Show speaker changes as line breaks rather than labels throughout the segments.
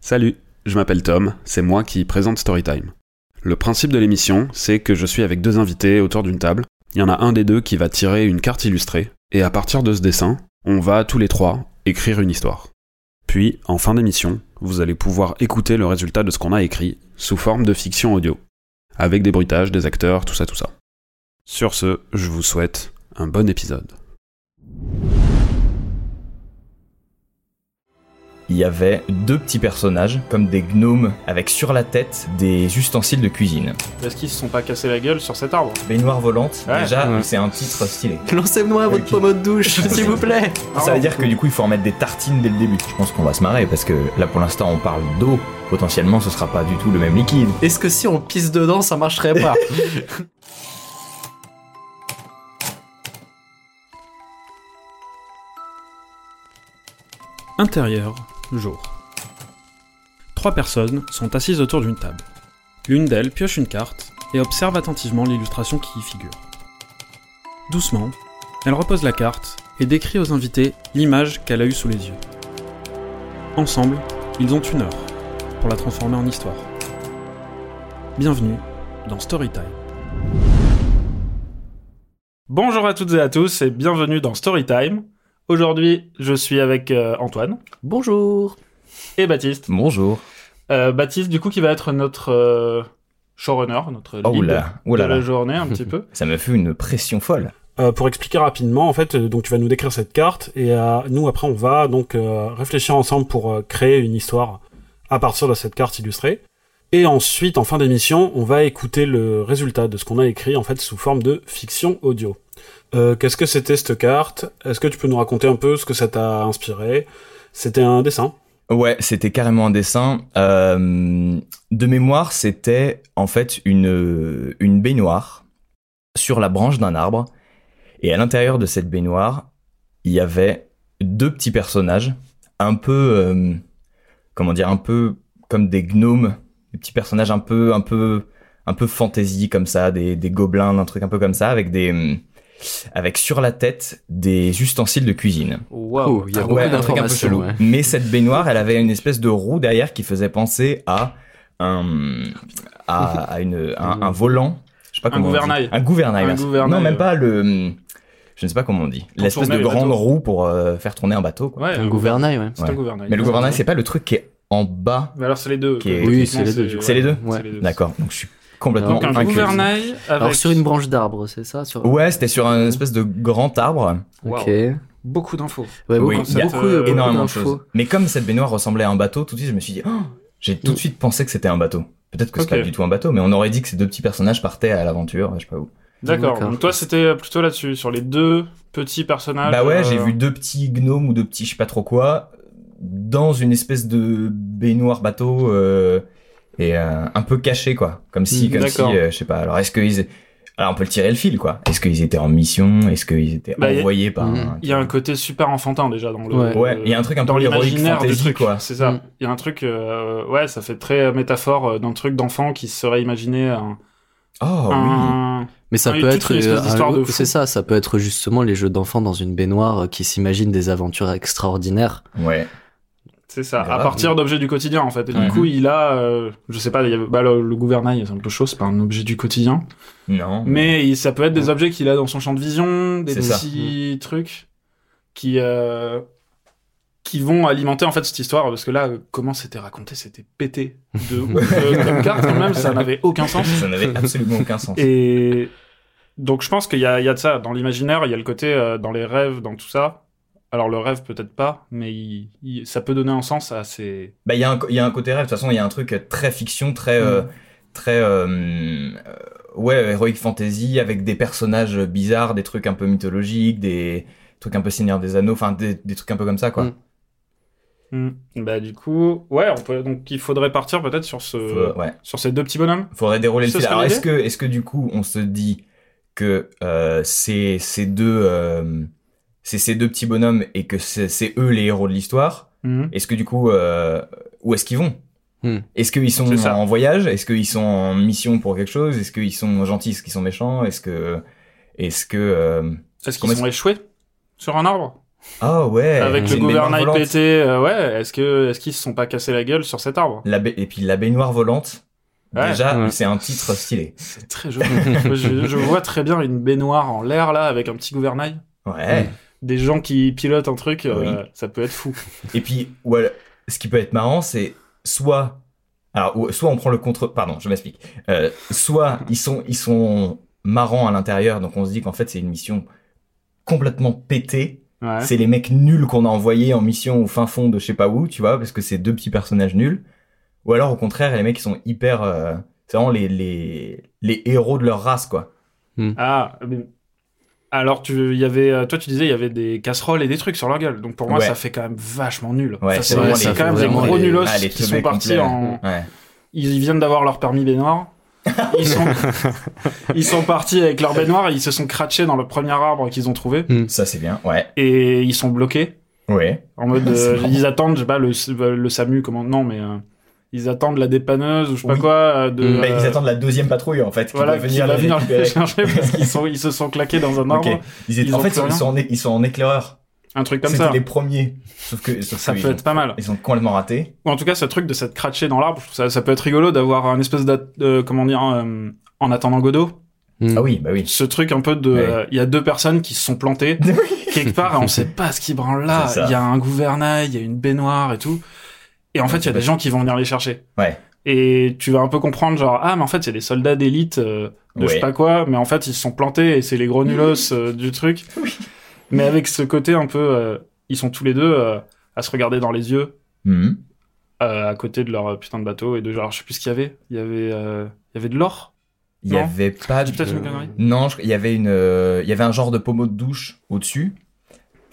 Salut, je m'appelle Tom, c'est moi qui présente Storytime. Le principe de l'émission, c'est que je suis avec deux invités autour d'une table, il y en a un des deux qui va tirer une carte illustrée, et à partir de ce dessin, on va tous les trois écrire une histoire. Puis, en fin d'émission, vous allez pouvoir écouter le résultat de ce qu'on a écrit, sous forme de fiction audio, avec des bruitages, des acteurs, tout ça, tout ça. Sur ce, je vous souhaite un bon épisode.
il y avait deux petits personnages, comme des gnomes, avec sur la tête des ustensiles de cuisine.
Est-ce qu'ils se sont pas cassés la gueule sur cet arbre
Baignoire volante,
Ouais.
déjà,
Ouais.
c'est un titre stylé.
Lancez-moi votre
Ok.
pommeau de douche, s'il vous plaît.
Ça veut dire que du coup, il faut en mettre des tartines dès le début. Je pense qu'on va se marrer, parce que là, pour l'instant, on parle d'eau. Potentiellement, ce sera pas du tout le même liquide.
Est-ce que si on pisse dedans, ça marcherait pas
Intérieur, jour. Trois personnes sont assises autour d'une table. L'une d'elles pioche une carte et observe attentivement l'illustration qui y figure. Doucement, elle repose la carte et décrit aux invités l'image qu'elle a eue sous les yeux. Ensemble, ils ont une heure pour la transformer en histoire. Bienvenue dans Storytime.
Bonjour à toutes et à tous et bienvenue dans Storytime. Aujourd'hui, je suis avec euh, Antoine
Bonjour.
et Baptiste.
Bonjour.
Euh, Baptiste, du coup, qui va être notre euh, showrunner, notre lead
Oh là, oh
de
là
la
là.
journée un petit peu.
Ça me fait une pression folle.
Euh, pour expliquer rapidement, en fait, euh, donc tu vas nous décrire cette carte et euh, nous après on va donc euh, réfléchir ensemble pour euh, créer une histoire à partir de cette carte illustrée. Et ensuite, en fin d'émission, on va écouter le résultat de ce qu'on a écrit en fait sous forme de fiction audio. Euh, Qu'est-ce que c'était cette carte Est-ce que tu peux nous raconter un peu ce que ça t'a inspiré C'était un dessin.
Ouais, c'était carrément un dessin. Euh, de mémoire, c'était en fait une, une baignoire sur la branche d'un arbre. Et à l'intérieur de cette baignoire, il y avait deux petits personnages, un peu, euh, comment dire, un peu comme des gnomes, des petits personnages un peu, un peu, un peu fantasy comme ça, des, des gobelins, un truc un peu comme ça, avec des, hum, avec sur la tête des ustensiles de cuisine.
Waouh,
Ah
il y a beaucoup
Ouais, un truc un peu
d'informations.
chelou.
ouais.
Mais cette baignoire, elle avait une espèce de roue derrière qui faisait penser à un, à, à une, un, un volant. Je sais pas
Un
comment on dit.
gouvernail.
Un gouvernail.
Un
merci.
gouvernail,
non, même
ouais.
pas le. Je ne sais pas comment on dit. L'espèce de
tourner les
grande
bateaux.
roue pour euh, faire tourner un bateau. Quoi.
Ouais,
Un gouvernail, ouais.
C'est un
Ouais.
gouvernail.
Mais le gouvernail, c'est pas le truc qui est en bas.
Mais alors, c'est les deux.
Qui est-
Oui, c'est les deux, du
coup. C'est les deux
c'est
Ouais.
les deux.
D'accord. Donc je suis complètement
Donc, un
inculte.
gouvernail avec.
Alors sur une branche d'arbre, c'est ça sur...
Ouais, c'était sur un espèce de grand arbre.
Ok.
Waouh. Beaucoup d'infos.
Ouais,
Oui,
beaucoup,
il y a
beaucoup,
euh,
beaucoup
énormément de
d'infos.
choses. Mais comme cette baignoire ressemblait à un bateau, tout de suite, je me suis dit, Oh j'ai tout de suite pensé que c'était un bateau. Peut-être que c'est
Mm. Ok.
pas du tout un bateau, mais on aurait dit que ces deux petits personnages partaient à l'aventure, je sais pas où.
D'accord.
D'accord.
Donc, toi, c'était euh, plutôt là-dessus, sur les deux petits personnages.
bah ouais,
euh,
j'ai vu deux petits gnomes ou deux petits je sais pas trop quoi dans une espèce de baignoire bateau euh, et euh, un peu caché quoi, comme si,
Mm,
comme si,
d'accord.
euh, je sais pas. Alors est-ce qu'ils, alors on peut le tirer le fil quoi. Est-ce qu'ils étaient en mission Est-ce qu'ils étaient
Bah, y a-
envoyés par
Mm.
un...
Il y a un côté super enfantin déjà dans le.
Ouais.
Ouais, il y a un truc un
dans
peu héroïque
l'imaginaire du
fantasy
truc,
quoi.
C'est ça.
Mm.
Il y a un truc, euh, ouais, ça fait très euh, métaphore euh, d'un truc d'enfant qui se serait imaginé un.
Oh oui.
un-
Mais ça
Ah,
peut
toute
être
une espèce
euh,
d'histoire
un-
de fou.
c'est ça, ça peut être justement les jeux d'enfants dans une baignoire euh, qui s'imaginent des aventures extraordinaires.
Ouais.
C'est ça.
Grave.
à partir d'objets du quotidien en fait. Et
Ouais.
du coup, il a, euh, je sais pas, il y avait- bah, le, le gouvernail, c'est un peu chaud, c'est pas un objet du quotidien.
Non.
Mais il- ça peut être des objets qu'il a dans son champ de vision, des
C'est ça.
petits trucs qui. euh, qui vont alimenter en fait cette histoire parce que là euh, comment c'était raconté c'était pété de ouf, euh, comme carte quand même ça n'avait aucun sens
Ça n'avait absolument aucun sens.
Et donc je pense qu'il y a, il y a de ça. Dans l'imaginaire, il y a le côté euh, dans les rêves, dans tout ça. Alors le rêve peut-être pas, mais il- il- ça peut donner un sens à ces...
Bah, il y, a un co- il y a un côté rêve, de toute façon, il y a un truc euh, très fiction, très. euh, très euh, euh, ouais, heroic fantasy, avec des personnages bizarres, des trucs un peu mythologiques, des trucs un peu Seigneur des Anneaux, enfin, des, des trucs un peu comme ça, quoi.
Mm.
Bah du coup, ouais, on peut- donc il faudrait partir peut-être sur, ce...
Faut- euh, ouais.
sur ces deux petits bonhommes.
Faudrait dérouler le
Ce
fil.
serait
Alors, est-ce
l'idée
que, est-ce que du coup, on se dit que euh, c'est ces deux. euh, c'est ces deux petits bonhommes et que c'est c'est eux les héros de l'histoire Est-ce que du coup, euh, où est-ce qu'ils vont
Hmm.
Est-ce qu'ils sont
C'est ça.
en voyage Est-ce qu'ils sont en mission pour quelque chose Est-ce qu'ils sont gentils Est-ce qu'ils sont méchants Est-ce que, est-ce que, euh,
Est-ce qu'ils
Comment
sont échoués sur un arbre
Ah ouais.
Avec
c'est
le
une baignoire
gouvernail
volante.
pété, euh, ouais, est-ce que est-ce qu'ils se sont pas cassés la gueule sur cet arbre
La ba- Et puis la baignoire volante.
Ouais.
Déjà,
Ouais.
c'est un titre stylé.
C'est très joli. je, je vois très bien une baignoire en l'air là avec un petit gouvernail.
Hmm.
Ouais.
Des gens qui pilotent un truc, euh,
Oui.
ça peut être fou.
Et puis, ou alors, ce qui peut être marrant, c'est soit, alors, ou- soit on prend le contre, pardon, je m'explique. Euh, soit ils sont, ils sont marrants à l'intérieur, donc on se dit qu'en fait c'est une mission complètement pétée.
Ouais.
C'est les mecs nuls qu'on a envoyés en mission au fin fond de je sais pas où, tu vois, parce que c'est deux petits personnages nuls. Ou alors au contraire, les mecs ils sont hyper, euh, c'est vraiment les, les, les héros de leur race, quoi.
Ah. mais- Alors tu, il y avait, euh, toi tu disais il y avait des casseroles et des trucs sur leur gueule. Donc pour moi
Ouais.
ça fait quand même vachement nul.
Ouais,
Ça,
c'est
c'est
vraiment
c'est
les-
quand même des
vraiment
gros
les-
nulos
ah, les
qui sont
teubés
partis
complets.
en,
Ouais.
ils viennent d'avoir leur permis baignoire. Ils sont, ils sont partis avec leur baignoire, ils se sont cratchés dans le premier arbre qu'ils ont trouvé
Ça c'est bien, ouais.
et ils sont bloqués
Ouais.
en mode
C'est
euh,
marrant.
ils attendent je sais pas le le SAMU comment non mais euh, ils attendent la dépanneuse ou je sais pas
Oui.
quoi euh, de
Bah, ils
euh,
attendent la deuxième patrouille en fait, qui
voilà
va
qui
venir
va
les
venir les
récupérer.
chercher parce qu'ils sont ils se sont claqués dans un arbre
Ok. Ils étaient-
Ils
en
ont
fait,
plus rien.
ils sont, en, é- ils sont en éclaireur.
un truc comme
C'était
ça.
les premiers. Sauf que, sauf
Ça
que
peut
ils,
être pas mal.
ils ont complètement raté.
Ou en tout cas, ce truc de s'être cratché dans l'arbre, je trouve ça, ça peut être rigolo d'avoir un espèce de, comment dire, euh, en attendant Godot.
Mm.
Ah oui, bah oui.
ce truc un peu de.
Ouais.
euh, Il y a deux personnes qui se sont plantées quelque part et on sait pas ce qui branle là.
C'est ça.
Il y a un gouvernail, il y a une baignoire et tout. Et en fait, il y a des gens qui vont venir les chercher.
Ouais.
Et tu vas un peu comprendre, genre, ah, mais en fait, c'est des soldats d'élite euh, de je sais
Ouais.
pas quoi, mais en fait, ils se sont plantés et c'est les gros nulos euh, du truc. Mais avec ce côté un peu. euh, ils sont tous les deux euh, à se regarder dans les yeux
Mhm.
euh, à côté de leur euh, putain de bateau et de genre, je sais plus ce qu'il y avait. Il y avait, euh, il y avait de l'or.
Il y
Non.
avait pas
Je dis
de...
peut-être une connerie.
Non, je- il y avait une, euh, il y avait un genre de pommeau de douche au-dessus.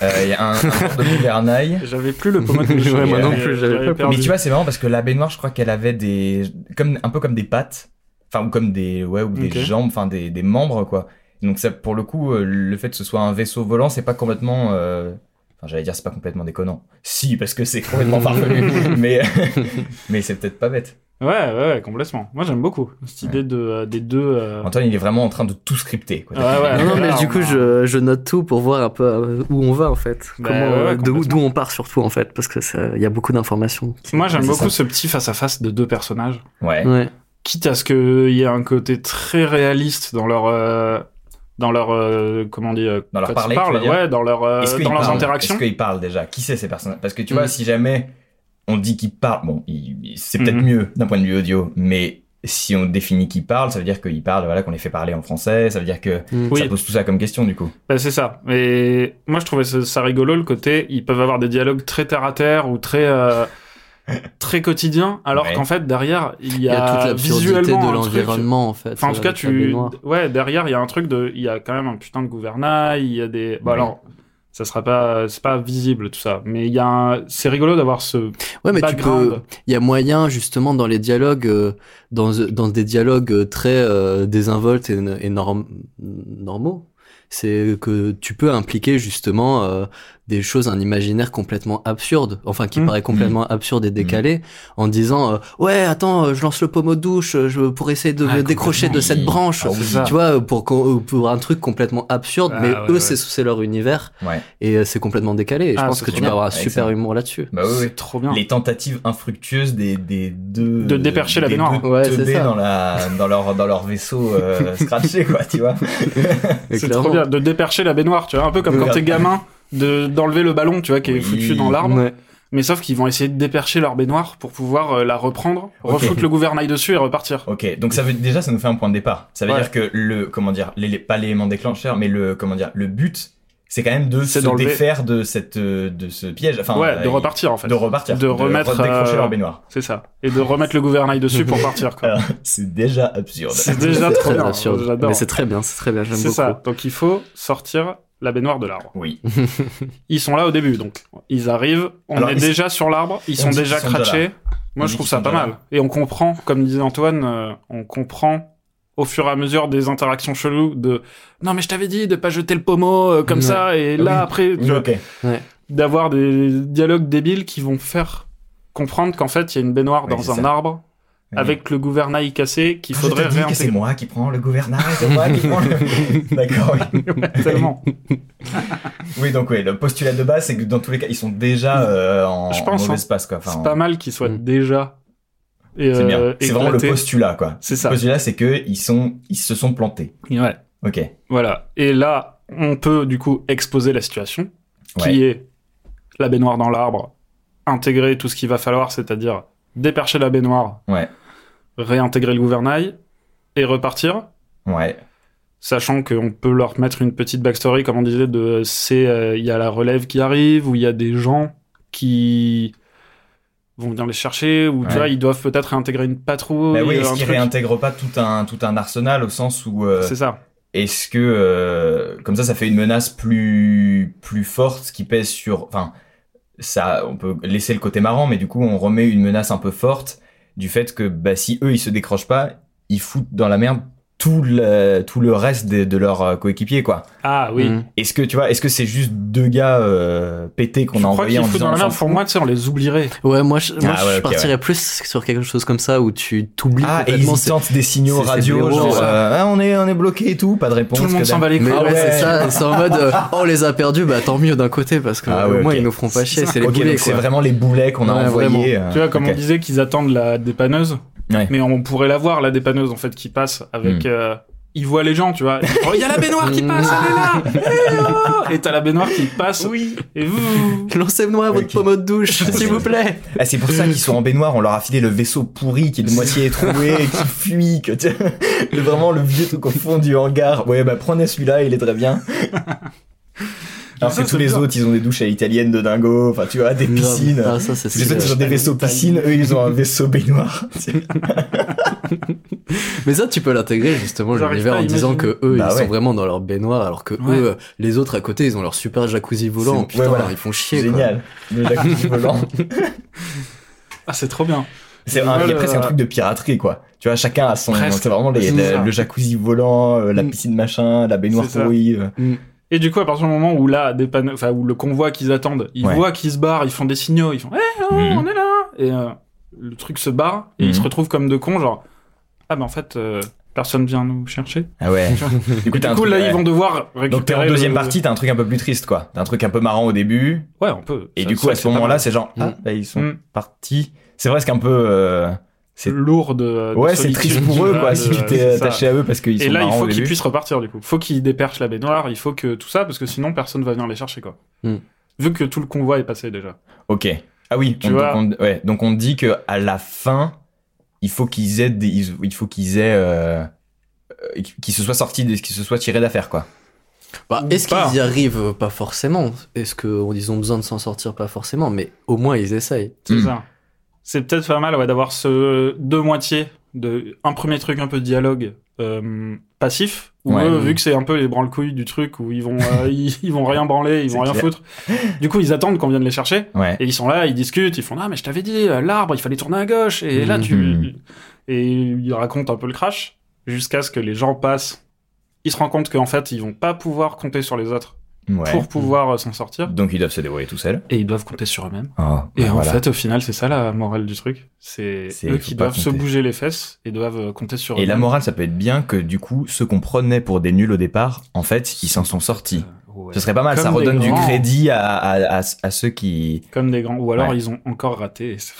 Euh, Il y a un, un genre de gouvernail.
J'avais plus le pommeau de
Ouais,
Michel,
moi non
mais
plus, j'avais pas
Mais
perdu.
tu vois, c'est marrant parce que la baignoire, je crois qu'elle avait des, comme, un peu comme des pattes. Enfin, ou comme des, ouais, ou des
Ok.
jambes, enfin, des, des membres, quoi. Donc ça, pour le coup, euh, le fait que ce soit un vaisseau volant, c'est pas complètement, euh, enfin, j'allais dire, c'est pas complètement déconnant. Si, parce que c'est complètement farfelu. mais, mais c'est peut-être pas bête.
Ouais, ouais, ouais, complètement. Moi, j'aime beaucoup cette idée de, euh, des deux. euh,
Antoine, il est vraiment en train de tout scripter, quoi.
Ouais, ouais.
Ah Non, non, mais
Alors,
du coup,
bah-
je, je note tout pour voir un peu euh, où on va en fait.
Bah,
Comment,
ouais, ouais,
euh, de où-
complètement.
D'où on part surtout en fait, parce que ça- il y a beaucoup d'informations.
Moi, j'aime
c'est ça.
beaucoup ce petit face-à-face de deux personnages.
Ouais.
Ouais.
Quitte à ce qu'il y ait un côté très réaliste dans leur. euh, Dans leur. euh, Comment on dit euh,
Dans leur
quand
parler,
ils
tu
parlent,
veux dire
ouais, dans, leur, euh,
Est-ce qu'ils
dans leurs
parlent
interactions. Mm.
Est-ce qu'ils parlent déjà Qui c'est ces personnes Parce que tu vois,
Mhm.
si jamais on dit qu'ils parlent, bon, il- il- c'est peut-être
Mhm.
mieux d'un point de vue audio, mais si on définit qu'ils parlent, ça veut dire qu'ils parlent, voilà, qu'on les fait parler en français, ça veut dire que
Mm.
Oui.
ça pose tout ça comme question du coup.
Bah, c'est ça. Et moi, je trouvais ça, ça rigolo le côté. Ils peuvent avoir des dialogues très terre à terre ou très. euh, très quotidiens, alors
Ouais.
qu'en fait, derrière, il
Il
y a,
y a toute l'absurdité
visuellement
de
un truc-
l'environnement en fait.
Enfin, en tout cas,
avec la
tu.
baignoire.
Ouais, derrière, il y a un truc de. Il y a quand même un putain de gouvernail, il y a des. Bon,
Ouais.
alors, ça sera pas. C'est pas visible tout ça, mais il y a un. C'est rigolo d'avoir ce.
Ouais, mais tu
background.
peux. Il y a moyen justement dans les dialogues, euh, dans, dans des dialogues euh, très euh, désinvoltes et, et norm- normaux, c'est que tu peux impliquer justement euh, des choses, un imaginaire complètement absurde, enfin qui
Mm.
paraît complètement absurde
Mmh.
et décalé, en disant euh, ouais attends euh, je lance le pommeau de douche, euh, je pour essayer de
Ah,
me décrocher de cette
complètement.
branche.
Ah oui.
C'est ça.
Tu vois, euh, pour, qu'on- pour un truc complètement absurde,
Ah,
mais
ouais,
eux,
ouais.
c'est c'est leur univers
Ouais.
et euh, c'est complètement décalé. Et je
Ah,
pense
c'est
que
trop
tu
bien.
vas avoir un
Excellent.
super humour là-dessus.
Bah oui, oui.
C'est trop bien.
Les tentatives infructueuses des, des deux.
De dépercher la
des
baignoire.
deux
Ouais, c'est
teubés
ça.
dans, la, dans, leur, dans leur vaisseau euh, scratché, quoi, tu vois.
Et
C'est
clairement.
trop bien de dépercher la baignoire, tu vois, un peu comme quand t'es gamin, de d'enlever le ballon, tu vois, qui est
Oui.
foutu dans l'arbre.
Ouais.
Mais sauf qu'ils vont essayer de dépercher leur baignoire pour pouvoir euh, la reprendre,
Ok.
refoutre le gouvernail dessus et repartir.
Ok, donc ça veut déjà ça nous fait un point de départ. Ça veut
Ouais.
dire que le comment dire, les, les- pas l'élément déclencheur, mais le comment dire, le but, c'est quand même de se
C'est d'enlever-
défaire de cette euh, de ce piège, enfin
ouais,
euh,
de repartir en fait.
de repartir,
De remettre,
décrocher
euh,
leur baignoire.
C'est ça. Et de remettre le gouvernail dessus pour partir, quoi.
Alors, c'est déjà absurde.
C'est déjà
C'est
trop
très
bien.
absurde.
J'adore.
Mais c'est très bien, c'est très bien, j'aime
C'est
beaucoup.
ça. Donc il faut sortir la baignoire de l'arbre.
Oui.
Ils sont là au début, donc ils arrivent. On
Alors,
est
ils-
déjà sur l'arbre. Ils
on
sont
dit
déjà
qu'ils sont déjà
cratchés. Moi,
On
je
dit
trouve
qu'ils
ça
sont
pas
déjà
mal. Et on comprend, comme disait Antoine, euh, on comprend au fur et à mesure des interactions cheloues de non mais je t'avais dit de pas jeter le pommeau euh, comme
Ouais.
ça et
Ah
là
oui.
après tu
Oui,
vois,
ok.
d'avoir des dialogues débiles qui vont faire comprendre qu'en fait il y a une baignoire
Oui,
dans
c'est
un
ça. Ah,
arbre avec le gouvernail cassé qu'il faudrait
Je te dis que c'est
réintégrer.
moi qui prends le gouvernail, c'est moi qui prends le... D'accord, oui.
Tellement.
Oui, donc oui, le postulat de base, c'est que dans tous les cas, ils sont déjà euh, en,
Je pense,
en
hein.
mauvais espace, quoi. Enfin,
C'est pas mal qu'il soit
Mm.
déjà. et,
c'est bien.
euh,
C'est vraiment le
éclaté.
postulat, quoi.
C'est
Le
ça.
postulat, c'est que ils sont, ils se sont plantés.
Ouais.
Ok.
Voilà. Et là, on peut du coup exposer la situation,
Ouais.
qui est la baignoire dans l'arbre, intégrer tout ce qu'il va falloir, c'est-à-dire dépercher la baignoire,
Ouais.
réintégrer le gouvernail et repartir.
Ouais.
Sachant qu'on peut leur mettre une petite backstory, comme on disait, de c'est euh, il y a la relève qui arrive, ou il y a des gens qui vont venir les chercher, ou tu
Ouais.
vois, ils doivent peut-être réintégrer une patrouille. euh,
Bah oui,
un
est-ce qu'ils
truc.
réintègrent pas tout un, tout un arsenal au sens où, euh,
C'est ça.
est-ce que, euh, comme ça, ça fait une menace plus, plus forte qui pèse sur, enfin, ça, on peut laisser le côté marrant, mais du coup, on remet une menace un peu forte du fait que, bah, si eux, ils se décrochent pas, ils foutent dans la merde tout le, tout le reste de, de leurs euh, coéquipiers, quoi.
Ah oui.
Mm.
Est-ce que tu vois, est-ce que c'est juste deux gars euh, pétés qu'on
Je
a
crois
envoyés
qu'ils
en
foutent
disant
dans la
on
merde.
s'en
Pour
fout
moi, tu sais, on les oublierait.
Ouais, moi, je, moi,
Ah
je
ouais, ok,
partirais plus sur quelque chose comme ça où tu t'oublies
Ah, et
complètement.
ils
c'est-
tentent des signaux
c'est- c'est
radio,
blaireau,
genre
c'est ça.
euh, Ah, on est on est bloqué et tout, pas de réponse.
Tout le
que
monde s'en
dalle.
bat les couilles.
Mais
Ah
ouais,
ouais.
c'est ça, c'est en mode euh, oh, on les a perdus, bah tant mieux d'un côté parce que
Ah ouais,
au moins
ok.
ils nous feront pas chier, c'est les
Ok,
boulets
donc c'est
quoi.
vraiment les boulets qu'on a
Ouais,
envoyés. euh,
Tu vois, comme
ok.
on disait qu'ils attendent la dépanneuse,
Ouais.
mais on pourrait la voir, la dépanneuse, en fait, qui passe avec.
Mm.
euh, ils voient les gens, tu vois. Ils- Oh, il y a la baignoire qui passe, elle est là Eh oh Et t'as la baignoire qui passe. Oui Et vous
Lancez-moi votre
Ok.
pommeau de douche, s'il vous plaît.
Ah, c'est pour ça qu'ils sont en baignoire, on leur a filé le vaisseau pourri qui est de moitié troué, et qui fuit, que tu- le, vraiment le vieux truc au fond du hangar. Ouais, bah prenez celui-là, il est très bien. Alors
Ah, Ça,
que
c'est
tous les
bien.
autres, ils ont des douches à l'italienne de dingo, enfin tu vois, des piscines.
Ah, ça, c'est
Les autres, ils ont des vaisseaux piscines, eux, ils ont un vaisseau baignoire.
Mais ça, tu peux l'intégrer justement
J'arrive
l'univers
pas
en
à
disant
imaginer.
que eux,
Bah
ils
ouais.
sont vraiment dans leur baignoire, alors que
Ouais.
eux, euh, les autres à côté, ils ont leur super jacuzzi volant.
C'est-
Putain,
ouais, voilà.
ils font chier. quoi.
Génial. Le jacuzzi volant.
Ah, c'est trop bien.
C'est un- il y a presque un truc de piraterie, quoi. Tu vois, chacun a son.
Presque.
C'est vraiment les-
C'est
le-
ça.
le jacuzzi volant, euh, la
Mm.
piscine machin, la baignoire
C'est ça.
pourrie. euh.
Et du coup, à partir du moment où là, des panneaux, enfin, où le convoi qu'ils attendent, ils
Ouais.
voient qu'ils se barrent, ils font des signaux, ils font, eh, oh,
Mhm.
on est là! Et euh, le truc se barre, et
Mhm.
ils se retrouvent comme de cons, genre, ah, ben en fait, euh, personne vient nous chercher.
Ah ouais.
Tu vois.
Du coup,
Du
t'as un
coup,
truc-
là,
ouais.
ils vont devoir récupérer.
Donc t'es en
le-
deuxième partie, t'as un truc un peu plus triste, quoi. T'as un truc un peu marrant au début,
Ouais, on peut.
et
Ça-
du coup
ça,
à ce
c'est pas
moment-là,
mal.
c'est genre ah
Mm.
bah, ils sont
Mm.
partis. C'est presque un peu. euh, c'est-
lourd de. de
Ouais, c'est
Euh, solitude,
triste pour eux,
vois,
quoi.
de-
Si tu t'es
c'est ça.
attaché à eux parce qu'ils
Et
sont
là, il
marrants
faut
au
qu'ils
début.
puissent repartir, du coup. Faut qu'ils déperchent la baignoire, il faut que tout ça, parce que sinon, personne va venir les chercher, quoi.
Hmm.
Vu que tout le convoi est passé déjà.
Ok. Ah oui.
Tu
on-
vois.
donc, on, ouais. Donc on dit que à la fin, il faut qu'ils aient, des- ils- il faut qu'ils aient, euh, euh, qu'ils se soient sortis, de- qu'ils se soient tirés d'affaire, quoi.
Bah,
Ou
est-ce
pas.
qu'ils y arrivent Pas forcément. Est-ce qu'ils ont besoin de s'en sortir Pas forcément. Mais au moins, ils essayent.
C'est
Hmm.
ça. C'est peut-être pas mal, ouais, d'avoir ce deux moitiés de un premier truc un peu de dialogue euh, passif où
Ouais. Hmm.
eux, vu que c'est un peu les branle couilles du truc où ils vont euh, ils, ils vont rien branler ils vont
C'est
rien
clair.
foutre du coup ils attendent qu'on vienne les chercher
Ouais.
Et ils sont là, ils discutent, ils font ah mais je t'avais dit euh, l'arbre, il fallait tourner à gauche et là
Mhm.
tu et ils racontent un peu le crash jusqu'à ce que les gens passent. Ils se rendent compte qu'en fait ils vont pas pouvoir compter sur les autres
Ouais.
pour pouvoir euh, s'en sortir
Donc ils doivent se débrouiller tout seuls.
et ils doivent compter sur eux-mêmes.
Ah,
Et
bah,
en
voilà.
fait au final c'est ça la morale du truc, c'est
C'est-
eux
faut
qui
pas
doivent se
compter.
bouger les fesses et doivent euh, compter sur
Et la
eux-mêmes.
morale, ça peut être bien que du coup, ceux qu'on prenait pour des nuls au départ, en fait, ils s'en sont sortis.
Euh, ouais.
Ce serait pas mal,
Comme
ça redonne
des
du
grands.
crédit à, à, à, à ceux qui...
Comme des grands ou alors
Ouais.
ils ont encore raté. et c'est-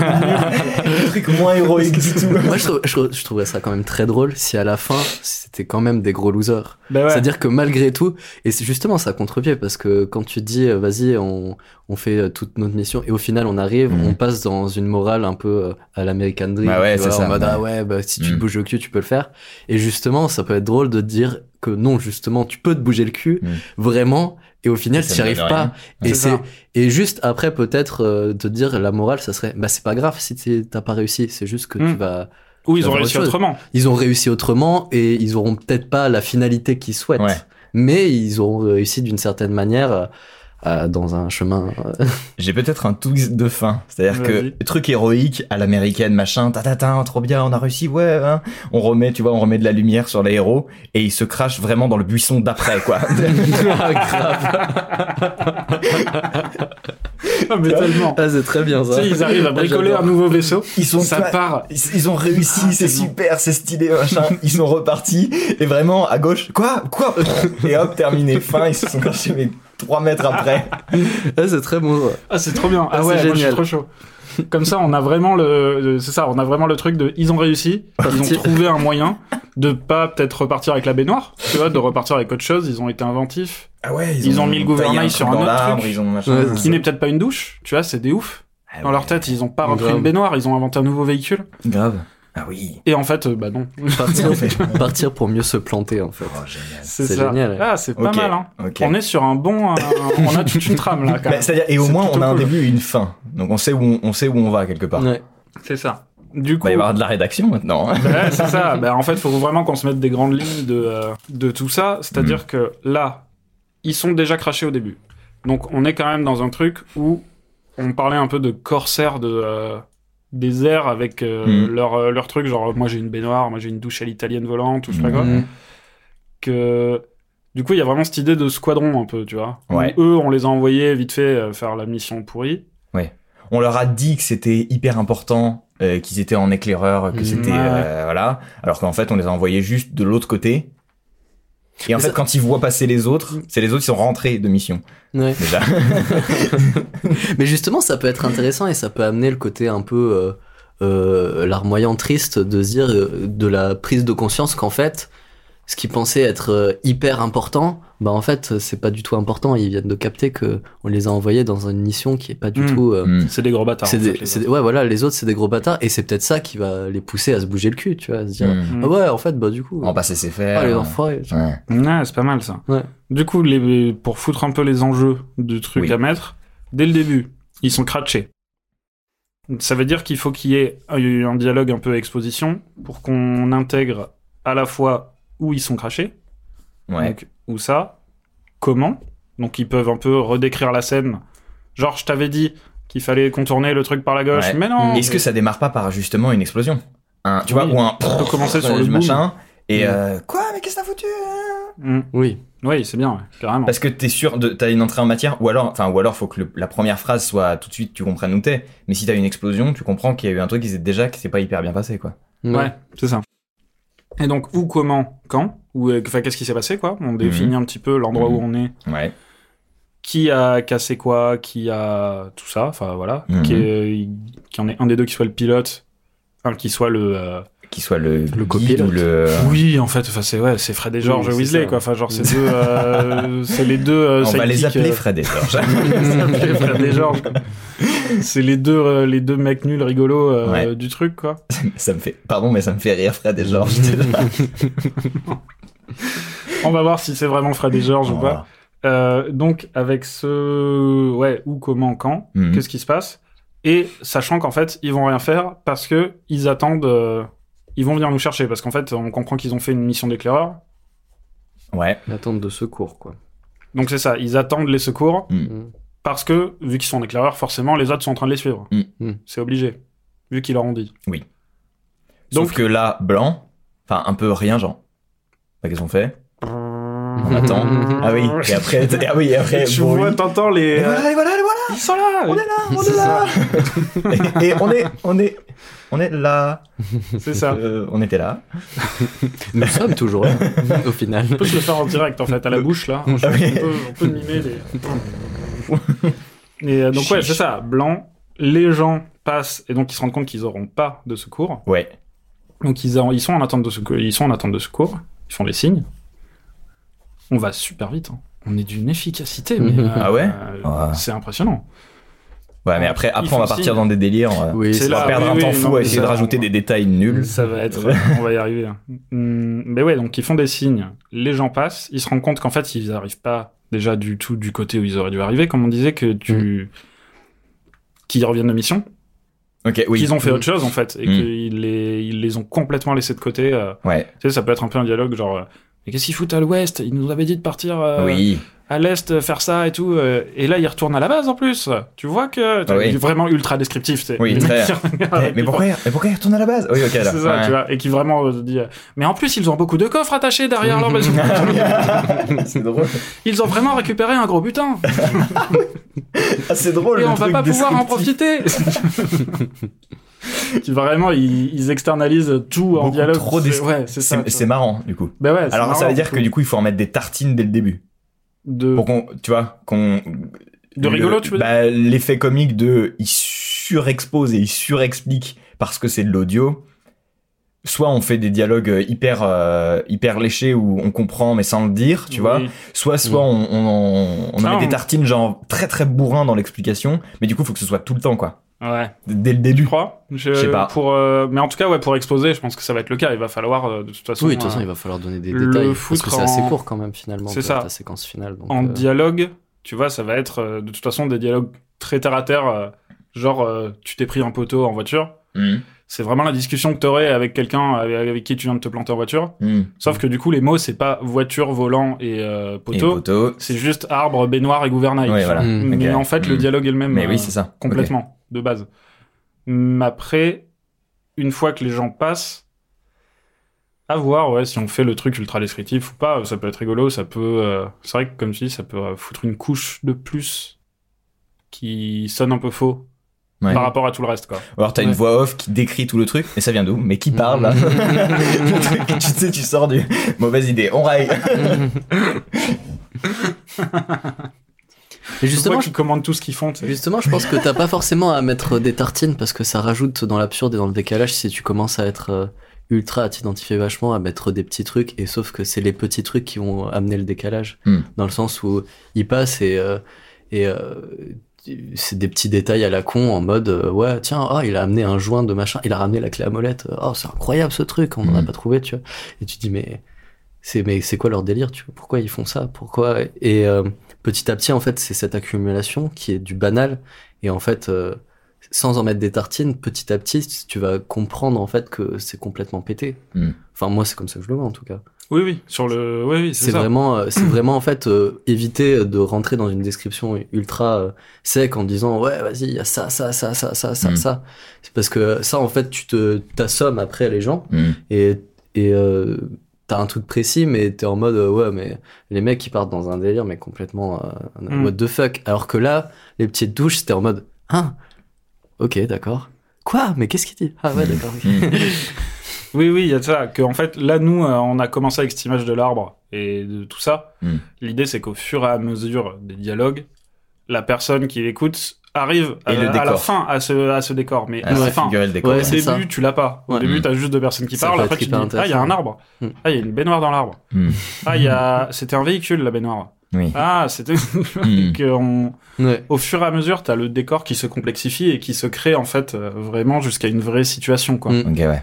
Le truc moins héroïque du tout.
Moi, je, trouve- je trouve- je trouverais ça quand même très drôle si à la fin, c'était quand même des gros losers.
Bah ouais.
C'est-à-dire que malgré tout, et c'est justement ça contre-pied, parce que quand tu te dis, euh, vas-y, on, on fait euh, toute notre mission, et au final, on arrive,
Mhm.
on passe dans une morale un peu euh, à l'American Dream.
Bah ouais,
tu
c'est
vois,
ça,
En mode,
ouais.
ah ouais, bah, si tu
Mhm.
te bouges le cul, tu peux le faire. Et justement, ça peut être drôle de te dire que non, justement, tu peux te bouger le cul,
Mhm.
vraiment, et au final,
Ça
tu
ne
n'y arrives
donne
pas.
rien.
Et,
C'est ça.
c'est, et juste après, peut-être, euh, te dire la morale, ça serait, bah, c'est pas grave si t'es- t'as pas réussi, c'est juste que tu
Mhm.
vas.
ou ils
ça
ont
veut
réussi
dire autre chose.
autrement.
Ils ont réussi autrement et ils auront peut-être pas la finalité qu'ils souhaitent.
Ouais.
Mais ils auront réussi d'une certaine manière euh, à- dans un chemin. euh,
J'ai peut-être un twist de fin. C'est-à-dire que
Vas-y.
truc héroïque à l'américaine, machin, ta ta ta, trop bien, on a réussi, ouais, hein. On remet, tu vois, on remet de la lumière sur les héros et ils se crachent vraiment dans le buisson d'après, quoi.
ah, grave.
Ah, mais tellement.
Ah, c'est très bien
Tu
ça.
sais, ils arrivent à bricoler un
J'adore.
nouveau vaisseau.
Ils sont
Ça
pas-
part. Ah,
Ils ils ont réussi, c'est
c'est bon.
super, c'est stylé, machin. Ils sont repartis et vraiment à gauche, quoi, quoi, et hop, terminé, fin. Ils se sont crachés mais trois mètres après.
hein.
Ah, c'est très bon. ça.
Ah, c'est trop bien. Ah
Ah,
ouais, moi,
c'est
je suis
génial.
trop chaud. Comme ça, on a vraiment le, le- c'est ça, on a vraiment le truc de, ils ont réussi, ils ont
Partir.
trouvé un moyen de pas peut-être repartir avec la baignoire, tu vois, de repartir avec autre chose, ils ont été inventifs.
Ah ouais,
Ils ont mis le gouvernail
taillé
sur
truc dans
un autre
l'arbre,
truc.
Ils ont machin.
Ouais,
Qui n'est peut-être pas une douche, tu vois, c'est des oufs.
Ah
Dans
ouais,
leur tête, ils ont pas repris
Grave.
une baignoire, ils ont inventé un nouveau véhicule.
Grave. Ah oui.
Et en fait, euh, bah non.
Partir,
Bien fait.
partir pour mieux se planter en fait.
Oh, génial.
C'est
C'est
ça.
génial.
Ah, c'est pas
Ok.
mal, hein.
Ok.
On est sur un bon, euh, on a toute une trame, là, quand
Bah,
même.
C'est-à-dire, et au
C'est
moins, on
plutôt
a un
cool.
début et une fin. Donc, on sait où on, on sait où on va quelque part.
Ouais.
C'est ça.
Bah,
Du
Il
coup.
va y avoir de la rédaction maintenant. hein.
Ouais, c'est ça. Ben, en fait, il faut vraiment qu'on se mette des grandes lignes de, euh, de tout ça. C'est-à-dire
Mm.
que là, ils sont déjà crachés au début. Donc, on est quand même dans un truc où on parlait un peu de corsaire de, euh, des airs avec euh,
Mhm.
leur, euh, leur truc. Genre, moi j'ai une baignoire, moi j'ai une douche à l'italienne volante, ou je sais pas quoi.
Mhm.
Que. Du coup, il y a vraiment cette idée de squadron un peu, tu vois. Où
Ouais.
Eux, on les a envoyés vite fait euh, faire la mission pourrie.
On leur a dit que c'était hyper important, euh, qu'ils étaient en éclaireur, que
Mm.
c'était
Mmh. Ouais.
euh, voilà. Alors qu'en fait, on les a envoyés juste de l'autre côté. Et en
Mais
fait,
ça-
quand ils voient passer les autres, c'est les autres qui sont rentrés de mission
Ouais.
déjà.
Mais justement, ça peut être intéressant et ça peut amener le côté un peu euh, euh, larmoyant triste de se dire euh, de la prise de conscience qu'en fait, ce qui pensait être euh, hyper important, bah en fait, c'est pas du tout important. Ils viennent de capter que on les a envoyés dans une mission qui est pas du
Mm.
tout. euh,
Mm.
C'est des gros bâtards.
c'est
en
des-
fait, les
c'est
autres.
des- ouais, voilà, les autres, c'est des gros bâtards et c'est peut-être ça qui va les pousser à se bouger le cul, tu vois, à se dire.
Mm.
Ah ouais, en fait, bah du coup.
En passer ses fers.
Oh,
ah, les enfoirés.
Ouais.
Hmm. Ouais, c'est pas mal ça.
Ouais.
Du coup, les, pour foutre un peu les enjeux de trucs
Oui.
à mettre, dès le début, ils sont cratchés. Ça veut dire qu'il faut qu'il y ait un un dialogue un peu exposition pour qu'on intègre à la fois où ils sont crachés,
Ouais.
donc où ça, comment. Donc ils peuvent un peu redécrire la scène. Genre, je t'avais dit qu'il fallait contourner le truc par la gauche,
Ouais.
mais non
Est-ce que ça démarre pas par justement une explosion Un- Tu vois,
Oui.
ou un.
On peut commencer sur le
du
boom.
machin. Et
Mm.
euh, quoi Mais qu'est-ce que t'as foutu hein
Mm.
Oui.
Oui, c'est bien, ouais, carrément.
Parce que t'es sûr de t'as une entrée en matière, ou alors, enfin, ou alors faut que le- la première phrase soit tout de suite tu comprennes où t'es. Mais si t'as une explosion, tu comprends qu'il y a eu un truc qui s'est déjà qui s'est pas hyper bien passé, quoi.
Ouais, c'est ça. Et donc, où, comment, quand Ou euh, enfin, qu'est-ce qui s'est passé, quoi On définit un petit peu l'endroit
Mhm.
où on est,
Ouais.
qui a cassé quoi, qui a tout ça, enfin voilà,
Mhm.
qui est- qu'il y en ait un des deux qui soit le pilote, un qui soit le. euh,
Qui soit le guide
copilote.
ou le.
Oui, en fait, enfin c'est ouais, c'est Fred et George
c'est
Weasley,
ça.
quoi. Enfin, genre c'est deux, euh, c'est les deux. euh,
On va les
sidekicks,
appeler
euh,
Fred et George.
les appeler Fred et George. quoi. C'est les deux, euh, les deux mecs nuls rigolos euh,
Ouais.
du truc, quoi.
ça me fait, pardon, mais ça me fait rire Fred et George. déjà.
On va voir si c'est vraiment Fred et George ou pas. Euh, donc avec ce ouais où comment quand
Mhm.
qu'est-ce qui se passe et sachant qu'en fait ils vont rien faire parce que ils attendent euh, ils vont venir nous chercher parce qu'en fait on comprend qu'ils ont fait une mission d'éclaireur
Ouais.
L'attente de secours, quoi.
donc c'est ça ils attendent les secours
Mm.
parce que vu qu'ils sont en éclaireur forcément les autres sont en train de les suivre
Mhm.
Mhm.
c'est obligé vu qu'ils leur ont dit
Donc...
Donc-
Sauf que là, blanc, enfin un peu rien, genre. Bah, qu'est-ce qu'on fait On attend. Ah oui. Et après, t- ah oui, et après.
tu
bruit.
vois t'entends les euh,
Et voilà, et voilà, et voilà.
ils sont là
On est là, on est là. et, et on est, on est, on est là.
c'est ça
Euh, on était là.
Nous sommes toujours là, au final.
on peut se le faire en direct en fait à la bouche là
Ah oui.
on peut, on peut mimer les. Et euh, donc ouais, c'est ça. Blanc, les gens passent et donc ils se rendent compte qu'ils n'auront pas de secours.
Ouais.
Donc ils, en- ils sont en attente de secours. Ils sont en attente de secours. Ils font des signes. On va super vite. hein. On est d'une efficacité. Mais, euh,
Ah ouais
euh,
Ouais.
C'est impressionnant.
Ouais, mais après,
Ils
après
font
on va partir
signe.
dans des délires. euh,
Oui,
C'est
c'est
on
là,
va perdre
oui,
un
oui,
temps
non,
fou à
mais
essayer de
ça,
rajouter
on-
des détails nuls.
Ça va être. on va y arriver. hein. Hum, mais ouais, donc ils font des signes. Les gens passent. Ils se rendent compte qu'en fait ils n'arrivent pas déjà du tout du côté où ils auraient dû arriver. Comme on disait que tu.
Mm.
Qu'ils reviennent de mission.
Ok, oui.
qu'ils ont fait
Mm.
autre chose en fait et
Mm.
qu'ils les, ils les ont complètement laissés de côté. euh,
Ouais.
tu sais, ça peut être un peu un dialogue genre euh, Mais qu'est-ce qu'ils foutent à l'ouest Ils nous avaient dit de partir euh,
oui.
à l'est, euh, faire ça et tout. euh, et là, ils retournent à la base en plus. Tu vois que
Ah oui.
il est vraiment ultra descriptif. c'est-
Oui,
le
très.
mec qui regarde et
mais,
qui
pourquoi, mais pourquoi il retourne à la base Oui, ok,
C'est
alors.
ça,
Ouais.
tu vois, et qui vraiment euh, dit. euh, Mais en plus, ils ont beaucoup de coffres attachés derrière leur maison.
c'est drôle.
Ils ont vraiment récupéré un gros butin.
Ah, c'est drôle.
Et
le
on va
truc
pas pouvoir en
descriptif.
profiter. qui vraiment, ils, ils externalisent tout en
Beaucoup
dialogue.
trop
C'est-
des-
Ouais, c'est ça.
C'est-
tu
C'est marrant, du coup.
vois. Ben ouais, c'est
Alors, ça
marrant,
veut dire que du coup, il faut en mettre des tartines dès le début.
de,
Pour qu'on, tu vois, qu'on. le-
de rigolo, tu veux dire.
bah, L'effet comique de il surexpose et il surexplique parce que c'est de l'audio. Soit on fait des dialogues hyper, euh, hyper léchés où on comprend mais sans le dire, tu vois.
Oui.
Soit, soit on, on, on en
Ça,
met
on-
des tartines genre très très bourrin dans l'explication, mais du coup, faut que ce soit tout le temps, quoi.
Ouais.
Dès le
Tu
début.
crois Je
Je sais pas.
Pour, euh, mais en tout cas, ouais, pour exposer, je pense que ça va être le cas. Il va falloir, euh, de toute façon,
Oui, de toute façon,
euh,
il va falloir donner des
le
détails. Parce
foutre
que c'est
en-
assez court quand même, finalement,
C'est
pour
ça.
ta séquence finale. donc,
en
euh,
dialogue, tu vois, ça va être euh, de toute façon des dialogues très terre à terre. euh, genre, euh, tu t'es pris un poteau en voiture.
Mhm.
C'est vraiment la discussion que t'aurais avec quelqu'un avec, avec qui tu viens de te planter en voiture.
Mhm.
Sauf que du coup, les mots, c'est pas voiture, volant et euh,
Et
poteau.
poteau.
C'est juste arbre, baignoire et gouvernail.
Ouais, voilà.
Mm.
Mais
Ok.
en fait, le
Mm.
dialogue est le même.
Mais
euh,
oui, c'est ça.
complètement de base. Mais après, une fois que les gens passent, à voir ouais, si on fait le truc ultra descriptif ou pas. Ça peut être rigolo, ça peut. euh, C'est vrai que comme tu dis, ça peut euh, foutre une couche de plus qui sonne un peu faux
Ok. Ouais.
par rapport à tout le reste quoi.
Ou Alors t'as une
Ouais.
voix off qui décrit tout le truc, mais ça vient d'où Mais qui parle là Le truc, Tu sais, tu sors du mauvaise idée. On raille.
Mais
Justement,
justement,
qu'ils commandent tout ce qu'ils font. tu sais.
Justement, je pense que t'as pas forcément à mettre des tartines parce que ça rajoute dans l'absurde et dans le décalage si tu commences à être euh, ultra à t'identifier vachement à mettre des petits trucs et sauf que c'est les petits trucs qui vont amener le décalage
Hmm.
dans le sens où ils passent et euh, et euh, c'est des petits détails à la con en mode euh, ouais tiens ah il a amené un joint de machin il a ramené la clé à molette oh c'est incroyable ce truc on en a
Hmm.
pas trouvé tu vois et tu dis mais c'est mais c'est quoi leur délire tu vois pourquoi ils font ça pourquoi et euh, petit à petit en fait c'est cette accumulation qui est du banal et en fait euh, sans en mettre des tartines petit à petit tu vas comprendre en fait que c'est complètement pété
Mm.
enfin moi c'est comme ça que je le vois en tout cas
Oui, oui, sur le. Oui, oui, c'est
c'est
ça.
vraiment euh, c'est vraiment en fait euh, éviter de rentrer dans une description ultra euh, sec en disant ouais vas-y il y a ça ça ça ça ça ça
Mm.
ça c'est parce que ça en fait tu te t'assommes après les gens et et euh, t'as un truc précis mais t'es en mode euh, ouais mais les mecs ils partent dans un délire mais complètement euh,
Mm.
what the fuck alors que là les petites douches c'était en mode hein ok d'accord quoi mais qu'est-ce qu'il dit ah
Hmm.
ouais d'accord ok.
Oui, oui, il y a de ça. Que, en fait, là, nous, euh, on a commencé avec cette image de l'arbre et de tout ça.
Mm.
L'idée, c'est qu'au fur et à mesure des dialogues, la personne qui l'écoute arrive à,
Et le
à la
décor.
fin à ce, à ce décor. Mais à
Ah,
la
c'est
fin,
figurer le décor.
Ouais,
au
ouais.
c'est
début,
ça.
tu l'as pas. Au
Ouais.
début, t'as juste deux personnes qui
Ça
parlent.
peut
Après,
être
tu te
hyper
dis, ah, il y a un
intéressant.
arbre.
Mm.
Ah, il y a une baignoire dans l'arbre.
Mm.
Ah, il y a. C'était un véhicule, la baignoire.
Oui.
Ah, c'était.
Mm.
que on-
ouais
Au fur et à mesure, t'as le décor qui se complexifie et qui se crée, en fait, euh, vraiment jusqu'à une vraie situation, quoi.
Mm.
Ok, ouais.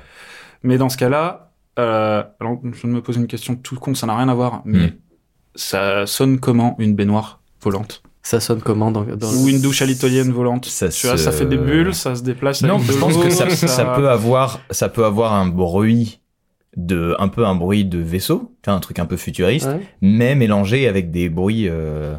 Mais dans ce cas-là, euh, alors je viens de me pose une question toute con, ça n'a rien à voir, mais
Mm.
ça sonne comment une baignoire volante
ça sonne comment dans, dans
ou une douche à l'italienne volante
Ça
Tu vois,
se-
ça fait des bulles, ça se déplace.
Non,
avec de
je pense
l'eau,
que ça, ça peut avoir, ça peut avoir un bruit de, un peu un bruit de vaisseau, tu vois, un truc un peu futuriste,
Ouais.
mais mélangé avec des bruits. Euh,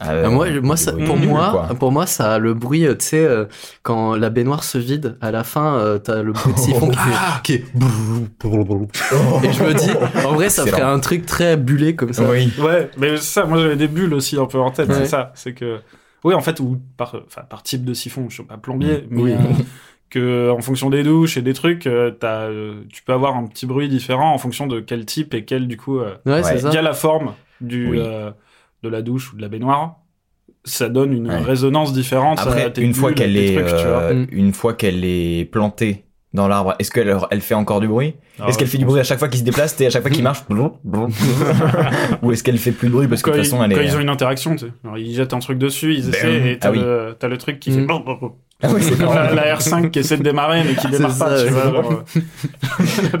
euh,
Ah, moi, je- moi
des
ça,
bruits
pour
nuls,
moi,
Euh, quoi.
pour moi, ça a le bruit, euh, tu sais, euh, quand la baignoire se vide, à la fin, euh, t'as le bruit de siphon qui, fait- qui est Et je me dis, en vrai, ça
Excellent.
ferait un truc très bullé comme
Oh.
ça.
Oui.
Ouais, mais c'est ça, moi j'avais des bulles aussi un peu en tête,
Ouais.
c'est ça. C'est que. Oui, en fait, ou par, enfin, par type de siphon, je suis pas plombier, mais
Oui.
euh, que en fonction des douches et des trucs, euh, t'as, euh, tu peux avoir un petit bruit différent en fonction de quel type et quel, du coup. euh,
Ouais,
Ouais.
c'est ça.
Il y a la forme du,
Oui.
euh, de la douche ou de la baignoire. Ça donne une
Ouais.
résonance différente. à
Après,
tes
une fois
bulles,
qu'elle
tes
est,
trucs, tu vois.
euh,
Mm.
une fois qu'elle est plantée dans l'arbre, est-ce qu'elle elle fait encore du bruit
Ah
Est-ce qu'elle
ouais,
fait du bruit à chaque fois qu'il se déplace et à chaque fois qu'il marche Ou est-ce qu'elle fait plus de bruit parce que
quand
de toute façon
ils,
elle
quand
est. euh,
ils ont une interaction, tu sais. Alors, ils jettent un truc dessus, ils
Ben,
essaient, et t'as,
ah oui.
le, t'as le truc qui
Mm.
fait blop, blop, blop.
Ah oui, c'est marrant.
la, la R5 qui essaie de démarrer mais qui
C'est
démarre pas,
ça,
tu
ouais.
vois. alors, euh, la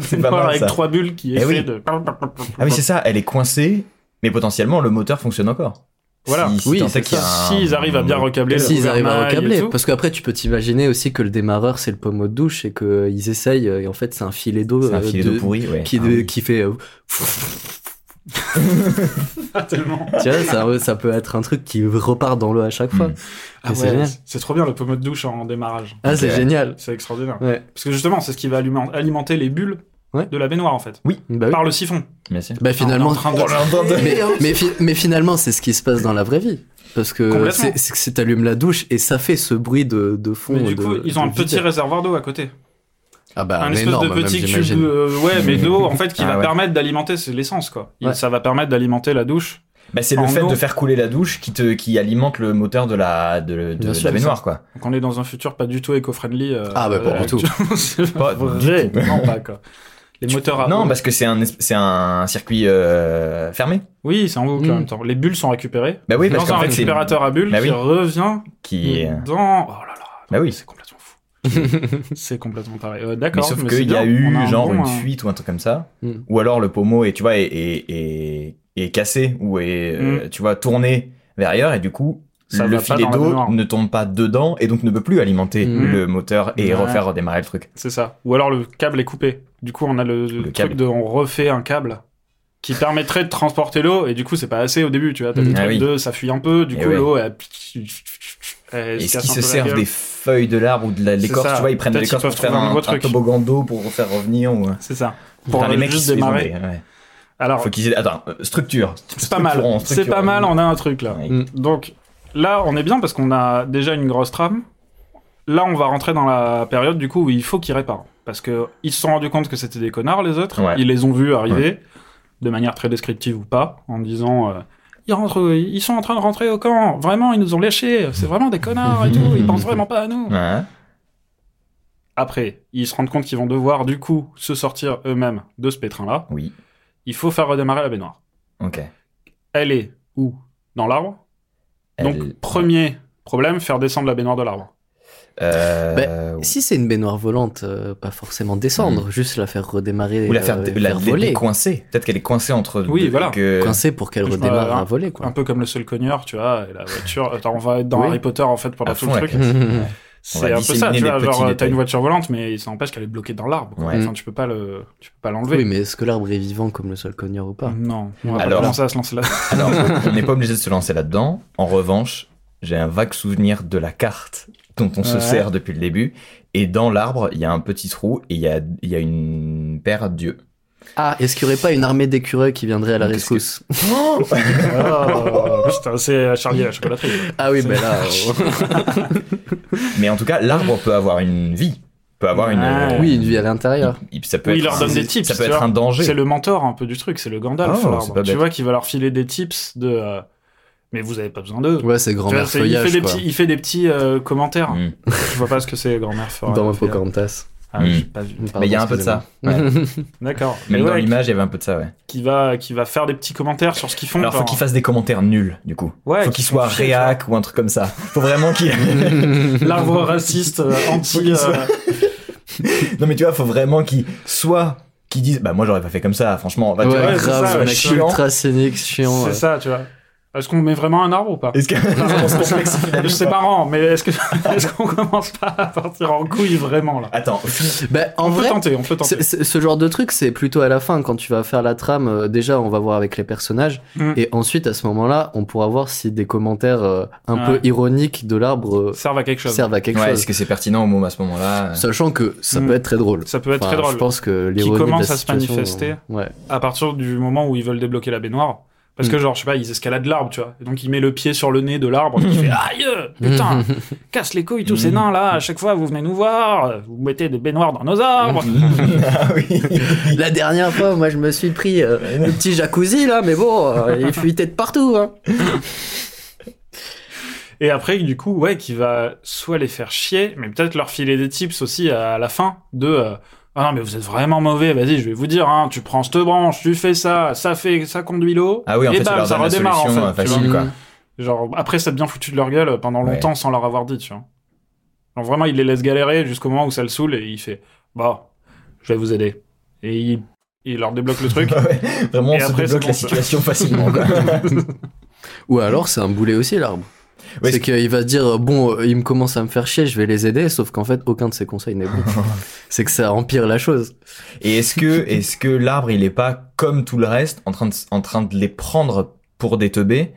C'est
baignoire
pas mal,
avec
ça.
trois bulles qui
Eh
essaient
oui.
de.
Ah oui, c'est ça, elle est coincée, mais potentiellement le moteur fonctionne encore.
Voilà.
Si, si
Oui,
tant est
c'est
qu'il y a
ça.
un-
S'ils arrivent à bien recabler, le
S'ils arrivent à
gouvernail et
recabler,
tout.
parce qu'après tu peux t'imaginer aussi que le démarreur c'est le pommeau de douche et qu'ils essayent euh, et en fait c'est un filet d'eau
C'est un
euh,
filet
de-
d'eau pourri, ouais.
qui,
Ah
de-
oui.
qui fait euh,
Ah, tellement.
Tu vois, ça, ça peut être un truc qui repart dans l'eau à chaque fois.
Mm.
Ah ouais, c'est génial.
c'est trop bien le pommeau de douche en démarrage.
Ah, c'est
Ok.
génial.
C'est extraordinaire.
Ouais.
Parce que justement, c'est ce qui va aliment- alimenter les bulles
Ouais.
de la baignoire en fait.
Bah, oui.
Par le siphon.
Bien sûr.
Bah, finalement,
Ah, Oh, On est en train de-
mais, mais fi- mais finalement, c'est ce qui se passe dans la vraie vie. Parce que
Complètement.
c'est- c'est c'est- t'allumes la douche et ça fait ce bruit de, de fond.
Mais du
de-
coup, ils ont
de
un petit
vitesse.
réservoir d'eau à côté.
Ah bah,
un espèce
énorme,
de
même,
petit
j'imagine.
cube euh, ouais, mais d'eau en fait qui
Ah
va
ouais.
permettre d'alimenter, c'est l'essence quoi. Il-
Ouais.
Ça va permettre d'alimenter la douche.
Bah, c'est le
En
fait
gros-
de faire couler la douche qui te qui alimente le moteur de la de, de-
Bien
de
sûr,
la
bien
baignoire quoi.
Donc on est dans un futur pas du tout éco-friendly. euh,
Ah bah, pas du tout.
c'est
Pas
vrai. Non, pas quoi. Les moteurs à
non
eau.
bah,
parce que c'est un es- c'est un circuit euh, fermé.
Oui, c'est en boucle en
Mm.
même temps. Les bulles sont récupérées.
Bah oui parce
dans un
qu'en fait c'est
récupérateur à bulles
Bah
qui
oui.
revient
qui est-
dans. Oh là là.
euh, Bah oui.
C'est complètement fou. c'est complètement pareil. Euh,
Mais
D'accord.
sauf
mais c'est
qu'il y a
bien, on
eu
un
genre
bon,
une
euh,
fuite ou un truc comme ça,
Mm.
ou alors le pommeau et tu vois est est, est, est cassé ou est
Hmm.
euh, tu vois tourné vers ailleurs et du coup
Ça
le
va pas
filet
dans la
d'eau
baignoire.
ne tombe pas dedans et donc ne peut plus alimenter
Mm.
le moteur et
Ouais.
refaire redémarrer le truc.
C'est ça. Ou alors le câble est coupé. Du coup, on a le, le truc
câble.
de on refait un câble qui permettrait de transporter l'eau et du coup, c'est pas assez au début, tu vois. T'as
Mm.
des
Ah
trucs
oui.
de ça fuit un peu, du
Et
coup,
ouais.
l'eau elle- elle
Et ce
casse
qui se
un peu la
servent
gueule.
des feuilles de l'arbre ou de la-
C'est
l'écorce,
ça.
tu vois, ils prennent de
Peut-être
l'écorce
qu'ils
pour
peuvent
faire
trouver un
un,
nouveau
un
truc.
toboggan d'eau pour faire revenir ou.
C'est ça.
Pour
Pour
les mecs
juste
ils ont
démarrer.
des- ouais.
Alors,
Faut qu'ils aient- Attends, euh, structure.
c'est pas mal.
Structurons,
C'est pas
structurons.
mal, on a un truc là.
Ouais.
Mm.
Donc là, on est bien parce qu'on a déjà une grosse trame. Là, on va rentrer dans la période du coup où il faut qu'ils réparent. Parce que ils se sont rendus compte que c'était des connards, les autres.
Ouais.
Ils les ont vus arriver, de manière très descriptive ou pas, en disant euh, ils, rentrent, ils sont en train de rentrer au camp, vraiment, ils nous ont lâchés, c'est vraiment des connards et tout, ils pensent vraiment pas à nous.
Ouais.
Après, ils se rendent compte qu'ils vont devoir du coup se sortir eux-mêmes de ce pétrin-là.
Oui.
Il faut faire redémarrer la baignoire.
Ok.
Elle est où Dans l'arbre. Donc,
Elle-
premier problème, faire descendre la baignoire de l'arbre.
Euh,
Si c'est une baignoire volante, euh, pas forcément descendre, juste la faire redémarrer.
Hmm. ou la faire
euh,
la, la-
voler.
décoincer. Peut-être qu'elle est coincée entre.
Oui,
deux-
voilà.
que-
Coincée pour qu'elle
Euh, Je
redémarre
vois,
un volet,
un
quoi.
peu comme le seul cogneur, tu vois, et la voiture. Attends, on va être dans
Oui.
Harry Potter en fait
À
pendant tout
fond,
le
la
truc.
classe. On va
C'est un peu ça,
disséminer
tu
des
vois,
petits
genre euh, t'as
détails.
une voiture volante, mais ça empêche qu'elle est bloquée dans l'arbre. quoi.
Ouais.
Enfin, tu peux pas le, tu peux pas l'enlever.
Oui, mais est-ce que l'arbre est vivant comme le sol cogneur ou pas
Non, on va
Alors-
pas commencer à se lancer là.
Alors, on n'est pas obligé de se lancer là-dedans. En revanche, j'ai un vague souvenir de la carte dont on se
Ouais.
sert depuis le début. Et dans l'arbre, il y a un petit trou et il y a, il y a une paire d'yeux.
Ah, est-ce qu'il n'y aurait pas une armée d'écureuils qui viendrait à la
Qu'est-ce que-
rescousse
Oh, putain, c'est Charlie à la chocolaterie.
Ah oui, mais là.
Mais en tout cas, l'arbre peut avoir une vie. Peut avoir une.
Ouais.
euh, oui, une vie à l'intérieur.
il- il- ça peut
Oui, il
être
leur
un-
donne des tips,
Ça peut
tu
être
vois.
un danger.
C'est le mentor un peu du truc, c'est le Gandalf.
Oh,
l'arbre.
c'est pas
tu
bête.
vois qu'il va leur filer des tips de. euh, mais vous avez pas besoin d'eux.
Ouais, c'est
Tu vois,
grand-mère
c'est- il fait
feuillage,
des
quoi.
petits, il fait des petits euh, commentaires.
Mm.
Je vois pas ce que c'est grand-mère feuillage.
Dans Pocahontas.
Ah, j'ai
Mm.
pas vu.
Pardon,
Mais il y a un peu de ça.
excusez-moi.
D'accord. Mais
Même dans
ouais,
l'image, il y avait un peu de ça, ouais.
qui va qui va faire des petits commentaires sur ce qu'ils font.
Alors, faut
genre.
qu'il fasse des commentaires nuls, du coup.
Ouais,
faut qu'il
qu'ils font
soit
chier, tu
réac ou un truc comme ça. Faut vraiment qu'il.
l'arbre raciste euh, anti
qu'il
euh,
soit- non, mais tu vois, faut vraiment qu'il soit. Qu'il dise, bah moi j'aurais pas fait comme ça, franchement. Bah, tu
ouais,
vois,
c'est ça,
grave,
ouais,
mec,
chiant.
ultra cynique, chiant.
c'est
ouais.
ça, tu vois. Est-ce qu'on met vraiment un arbre ou pas
Est-ce que. on se complexifie la vie,
C'est
quoi.
marrant, mais est-ce que est-ce qu'on commence pas à partir en couille vraiment là
Attends,
Bah, en
On
vrai,
peut tenter, on peut tenter.
c'est- c'est- ce genre de truc, c'est plutôt à la fin, quand tu vas faire la trame. euh, déjà, on va voir avec les personnages.
Mm.
Et ensuite, à ce moment-là, on pourra voir si des commentaires euh, un
Ouais.
peu ironiques de l'arbre euh,
Serve à quelque chose.
servent à quelque
ouais, est-ce
chose.
que c'est pertinent au moment à ce moment-là
Sachant que ça
Mm.
peut être très drôle.
Ça peut être
Enfin,
très drôle.
Je pense que l'ironie de la
commence à se
situation,
manifester.
euh, Ouais.
À partir du moment où ils veulent débloquer la baignoire. Parce
Hmm.
que genre, je sais pas, ils escaladent l'arbre, tu vois. Et donc il met le pied sur le nez de l'arbre, il fait aïe, putain, casse les couilles tous ces nains là. À chaque fois, vous venez nous voir, euh, vous mettez des baignoires dans nos arbres.
Ah oui.
La dernière fois, moi, je me suis pris euh, le petit jacuzzi, là, mais bon, euh, il fuitait de partout, hein.
Et après, du coup, ouais, qui va soit les faire chier, mais peut-être leur filer des tips aussi à la fin de euh, Ah non, mais vous êtes vraiment mauvais, vas-y, je vais vous dire, hein, tu prends cette branche, tu fais ça, ça fait, ça conduit l'eau.
Ah oui, en
et
fait, ça
bam,
leur
ça
donne la
redémarre
solution
en
euh,
fait. tu
facile,
vois.
quoi.
Mm.
vois. Genre, après, ça devient foutu de leur gueule pendant longtemps sans leur avoir dit, tu vois. Genre, vraiment, il les laisse galérer jusqu'au moment où ça le saoule et il fait Bah, je vais vous aider. Et il, il leur débloque le truc.
Ouais, Vraiment,
Et
on se
après,
débloque la
c'est bon, ça.
situation facilement, quoi.
Ou alors, c'est un boulet aussi, l'arbre.
Ouais,
c'est
c'est-
qu'il va se dire bon, euh, il me commence à me faire chier, je vais les aider, sauf qu'en fait aucun de ses conseils n'est bon. c'est que ça empire la chose.
Et est-ce que, est-ce que l'arbre, il est pas comme tout le reste, en train de, en train de les prendre pour des teubés,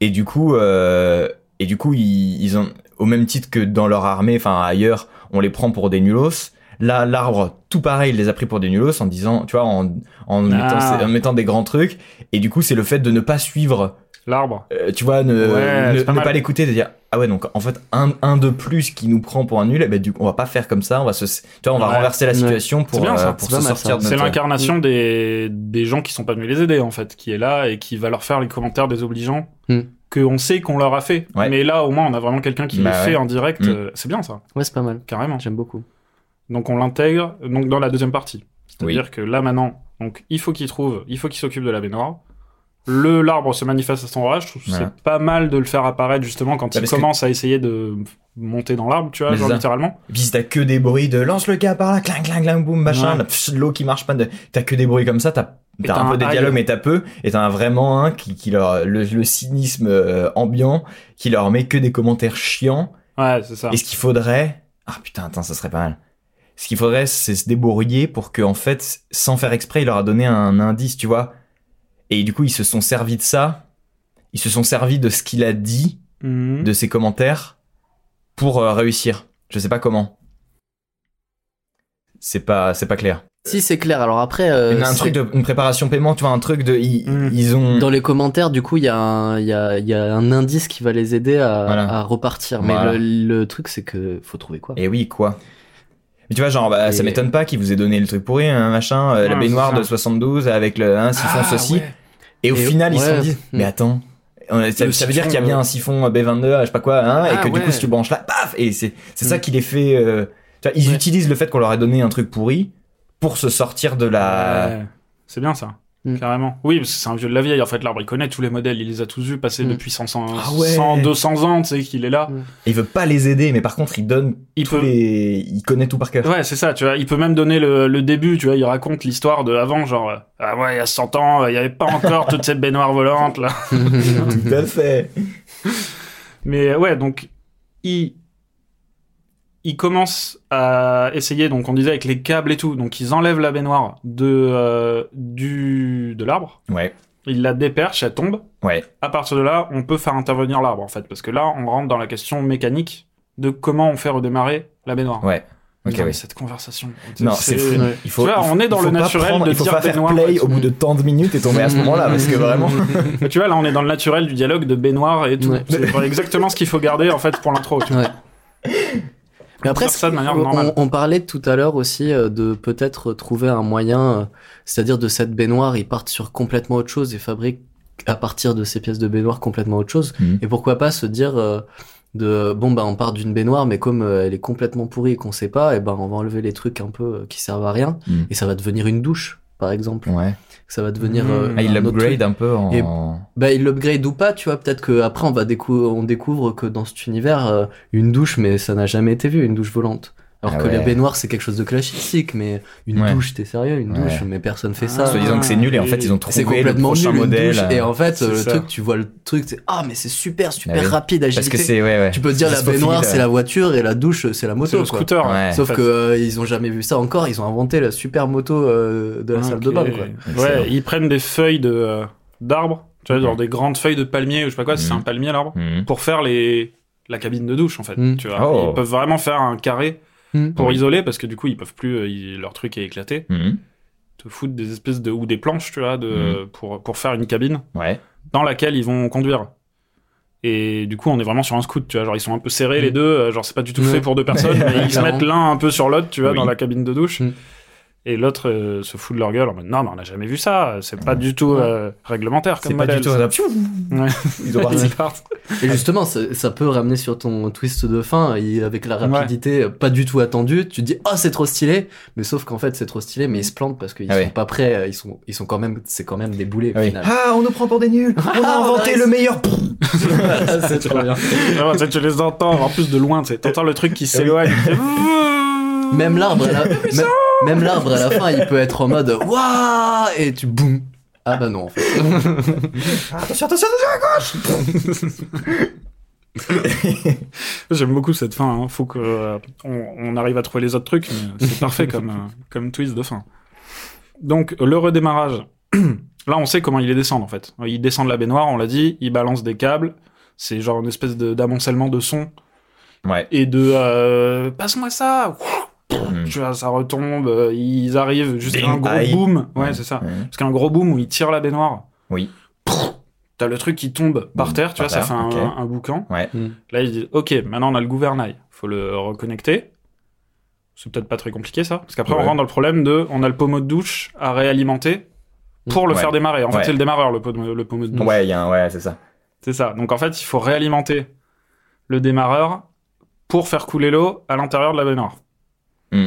et du coup, euh, et du coup, ils, ils ont, au même titre que dans leur armée, enfin ailleurs, on les prend pour des nulos. Là, l'arbre, tout pareil, il les a pris pour des nulos en disant, tu vois, en, en, mettant,
Ah.
ces- en mettant des grands trucs. Et du coup, c'est le fait de ne pas suivre,
L'arbre.
euh, tu vois, ne,
Ouais,
ne,
c'est pas
ne
mal.
pas l'écouter, de dire, ah ouais, donc en fait, un, un de plus qui nous prend pour un nul, eh ben, du coup, on va pas faire comme ça, on va se, tu vois, on va
Ouais.
renverser la
Ouais.
situation pour,
bien, ça.
euh, pour
C'est
se
pas mal, ça.
sortir de
C'est
notre-
l'incarnation des, des gens qui sont pas venus les aider, en fait, qui est là et qui va leur faire les commentaires désobligeants
Mm.
que on sait qu'on leur a fait.
Ouais.
Mais là, au moins, on a vraiment quelqu'un qui
Bah
les
ouais.
fait en direct.
Mm.
euh, C'est bien, ça,
Ouais, c'est pas mal.
carrément.
J'aime beaucoup.
Donc, on l'intègre donc dans la deuxième partie. C'est-à-dire
Oui.
que là, maintenant, donc, il faut qu'il trouve, il faut qu'il s'occupe de la baignoire. Le l'arbre se manifeste à son orage. Je trouve que
Voilà.
c'est pas mal de le faire apparaître, justement, quand
Bah,
il
parce que-
commence à essayer de monter dans l'arbre, tu vois,
Mais
genre
c'est ça.
littéralement.
Et puis si t'as que des bruits de lance le gars par là, clang clang clang boum machin,
Ouais.
là, pff, de l'eau qui marche pas, de- t'as que des bruits comme ça, t'as
Et
t'as
t'as
un
un
peu des
high.
dialogues mais t'as peu, et t'en as vraiment un qui, qui leur le, le cynisme euh, ambiant qui leur met que des commentaires chiants.
Ouais, c'est ça.
Et ce qu'il faudrait, ah putain attends ça serait pas mal. Ce qu'il faudrait c'est se débrouiller pour que en fait sans faire exprès il leur a donné un indice tu vois. Et du coup ils se sont servis de ça, ils se sont servis de ce qu'il a dit,
Mhm.
de ses commentaires pour euh, réussir. Je sais pas comment. C'est pas, c'est pas clair.
Si c'est clair, alors après, euh,
une, un
c'est-
truc de, une préparation paiement, tu vois, un truc de, ils,
Mm.
ils ont.
dans les commentaires, du coup, il y, a un- il y, a, il y a un indice qui va les aider à,
Voilà.
à repartir. Mais
Voilà.
le, le truc, c'est que faut trouver quoi.
Et Eh oui, quoi. Mais tu vois, genre, bah, ça
Et-
m'étonne pas qu'ils vous aient donné le truc pourri, hein, machin, euh, la
Ouais,
baignoire
c'est ça.
de 72 avec le, hein, siphon
Ah,
ceci.
ouais.
Et au
Et-
final, ils se
ouais.
sont dit, mais attends. euh, Ça,
Le
ça veut dire
siphon,
qu'il y a bien
euh.
un siphon B22, ah, je sais pas quoi, hein, et
Ah,
que du
ouais.
coup, si tu branches là, paf! Et c'est, c'est ça
Mm.
qui les fait, euh, tu vois, ils
Ouais.
utilisent le fait qu'on leur ait donné un truc pourri pour se sortir de la,
Ouais. C'est bien ça.
Mm.
Carrément. Oui, parce que c'est un vieux de la vieille. En fait, l'arbre, il connaît tous les modèles. Il les a tous vus passer
Mm.
depuis 100,
Ah ouais.
100, 200 ans, tu sais, qu'il est là.
Mm.
Il veut pas les aider, mais par contre, il donne
Il
tous
peut...
les, il connaît tout par cœur.
Ouais, c'est ça, tu vois. Il peut même donner le, le début, tu vois. Il raconte l'histoire de avant, genre, euh, ah ouais, il y a 100 ans, euh, il y avait pas encore toute cette baignoire volante, là.
Tout à fait.
Mais euh, ouais, donc, il, il commence à essayer, donc on disait avec les câbles et tout. Donc, ils enlèvent la baignoire de, euh, du, de l'arbre.
Ouais.
Ils la déperchent, elle tombe.
Ouais.
à partir de là, on peut faire intervenir l'arbre, en fait. Parce que là, on rentre dans la question mécanique de comment on fait redémarrer la baignoire.
Ouais. Ok,
Putain, mais
oui.
Cette conversation.
Non, c'est fou.
Ouais.
Il
Tu vois, on est dans
il
le
pas
naturel
prendre-
de
Il faut
dire
pas faire
baignoire,
play
parce
au bout de tant de minutes et tomber à ce moment-là, parce
Hmm.
que vraiment.
Mais tu vois, là, on est dans le naturel du dialogue de baignoire et tout.
Ouais.
C'est vraiment exactement ce qu'il faut garder, en fait, pour l'intro. tu vois.
Ouais. Mais après,
Faire ça de manière
on-
normale.
On, on parlait tout à l'heure aussi euh, de peut-être trouver un moyen, euh, c'est-à-dire de cette baignoire, ils partent sur complètement autre chose et fabriquent à partir de ces pièces de baignoire complètement autre chose.
Mhm.
Et pourquoi pas se dire euh, de bon bah on part d'une baignoire, mais comme euh, elle est complètement pourrie et qu'on sait pas, et ben on va enlever les trucs un peu euh, qui servent à rien
Mhm.
et ça va devenir une douche, par exemple.
Ouais.
Ça va devenir.
Mhm.
euh,
Ah, il
un autre
l'upgrade un peu en.
Et- bah, il l'upgrade ou pas, tu vois, peut-être que après on va décou- on découvre que dans cet univers euh, une douche mais ça n'a jamais été vu une douche volante. Alors
Ah
que la
ouais.
baignoire c'est quelque chose de classique mais une
Ouais.
douche t'es sérieux une
Ouais.
douche mais personne fait
Ah,
ça.
Se disant que c'est nul et en fait, ils ont
C'est
trouvé le
complètement nul
prochain
une
modèle.
douche et en fait
C'est
euh, le
ça.
truc tu vois le truc c'est ah mais c'est super super
Ah oui.
rapide
Parce
agilité.
que c'est, ouais, ouais.
tu peux te dire
c'est
la
ce
baignoire
profil,
c'est la voiture et la douche c'est la
C'est
moto
le
quoi.
scooter.
Ouais.
Sauf
en
que
fait.
euh, ils ont jamais vu ça encore, ils ont inventé la super moto euh, de la salle de
Ok.
bain quoi.
Excellent.
Ouais, ils prennent des feuilles de, euh, d'arbres, tu vois, genre
Mhm.
des grandes feuilles de palmier ou je sais pas quoi, si c'est
Mhm.
un palmier l'arbre,
Mhm.
pour faire les, la cabine de douche, en fait.
Mhm.
Tu vois,
Oh.
ils peuvent vraiment faire un carré
Mhm.
pour
Oui.
isoler parce que du coup, ils peuvent plus, euh, ils- leur truc est éclaté.
Mhm.
te foutre des espèces de ou des planches tu vois de pour pour faire une cabine
Ouais.
dans laquelle ils vont conduire et du coup on est vraiment sur un scout tu vois genre ils sont un peu serrés
Mm.
Mhm.
les deux euh, genre c'est pas du tout
Ouais.
fait pour deux personnes mais ils se
Clairement.
mettent l'un un peu sur l'autre tu vois
Oui. Mhm.
dans la cabine de douche
Mm.
et l'autre euh, se fout de leur gueule en mode non mais on n'a jamais vu ça c'est pas du tout euh, réglementaire
C'est
comme
pas
modèle
du tout.
Ouais.
Ils ont parti.
Ils partent.
Et justement, ça, ça peut ramener sur ton twist de fin, et avec la rapidité euh, pas du tout attendue, tu te dis oh c'est trop stylé, mais sauf qu'en fait c'est trop stylé, mais ils se plantent parce qu'ils
Ah
sont
oui.
pas prêts, euh, ils sont ils sont quand même c'est quand même des boulets au
Oui.
final.
Ah, on nous prend pour des nuls. On a
Ah,
inventé
ouais.
le meilleur.
c'est trop bien.
Vraiment, tu sais, tu les entends en plus de loin tu sais, t'entends le truc qui s'éloigne
Même l'arbre, à la, même, même l'arbre à la fin, il peut être en mode waouh et tu boum. Ah bah non en fait.
Attention, attention, attention.
J'aime beaucoup cette fin. Hein. Faut que euh, on, on arrive à trouver les autres trucs. mais C'est parfait comme euh, comme twist de fin. Donc le redémarrage. Là, on sait comment ils les descendent en fait. Ils descendent la baignoire, on l'a dit. Ils balancent des câbles. C'est genre une espèce de- d'amoncellement de sons
Ouais.
et de euh, passe-moi ça.
Hum.
Mm.
Tu vois, ça retombe. euh, Ils arrivent juste à un
Bing,
gros
aïe.
boom. Ouais, c'est ça.
Ouais.
Parce qu'un gros boom où il tire la baignoire.
Oui.
T'as le truc qui tombe par
Boum,
terre, tu
par
vois, ça
terre,
fait un,
ok.
un boucan.
Ouais.
Mm.
Là, ils disent, ok, maintenant on a le gouvernail, faut le reconnecter. C'est peut-être pas très compliqué ça, parce qu'après on
Ouais.
rentre dans le problème de, on a le pommeau de douche à réalimenter pour le
Ouais.
faire démarrer. En fait,
Ouais.
c'est le démarreur, le, pommeau- le pommeau de douche.
Ouais, il y a un, ouais, c'est ça.
C'est ça. Donc en fait, il faut réalimenter le démarreur pour faire couler l'eau à l'intérieur de la baignoire.
Mm.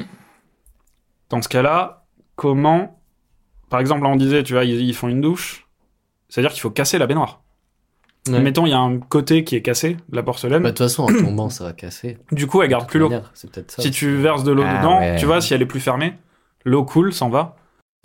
Dans ce cas-là, comment... Par exemple, là on disait, tu vois, ils, ils font une douche, c'est-à-dire qu'il faut casser la baignoire.
Ouais.
Mettons, il y a un côté qui est cassé, de la porcelaine.
Bah, De toute façon, en tombant, ça va casser.
du coup, elle garde plus l'eau.
Manière, C'est peut-être ça.
Si tu verses de l'eau
Ah
dedans,
ouais.
tu vois, si elle est plus fermée, l'eau coule, s'en va.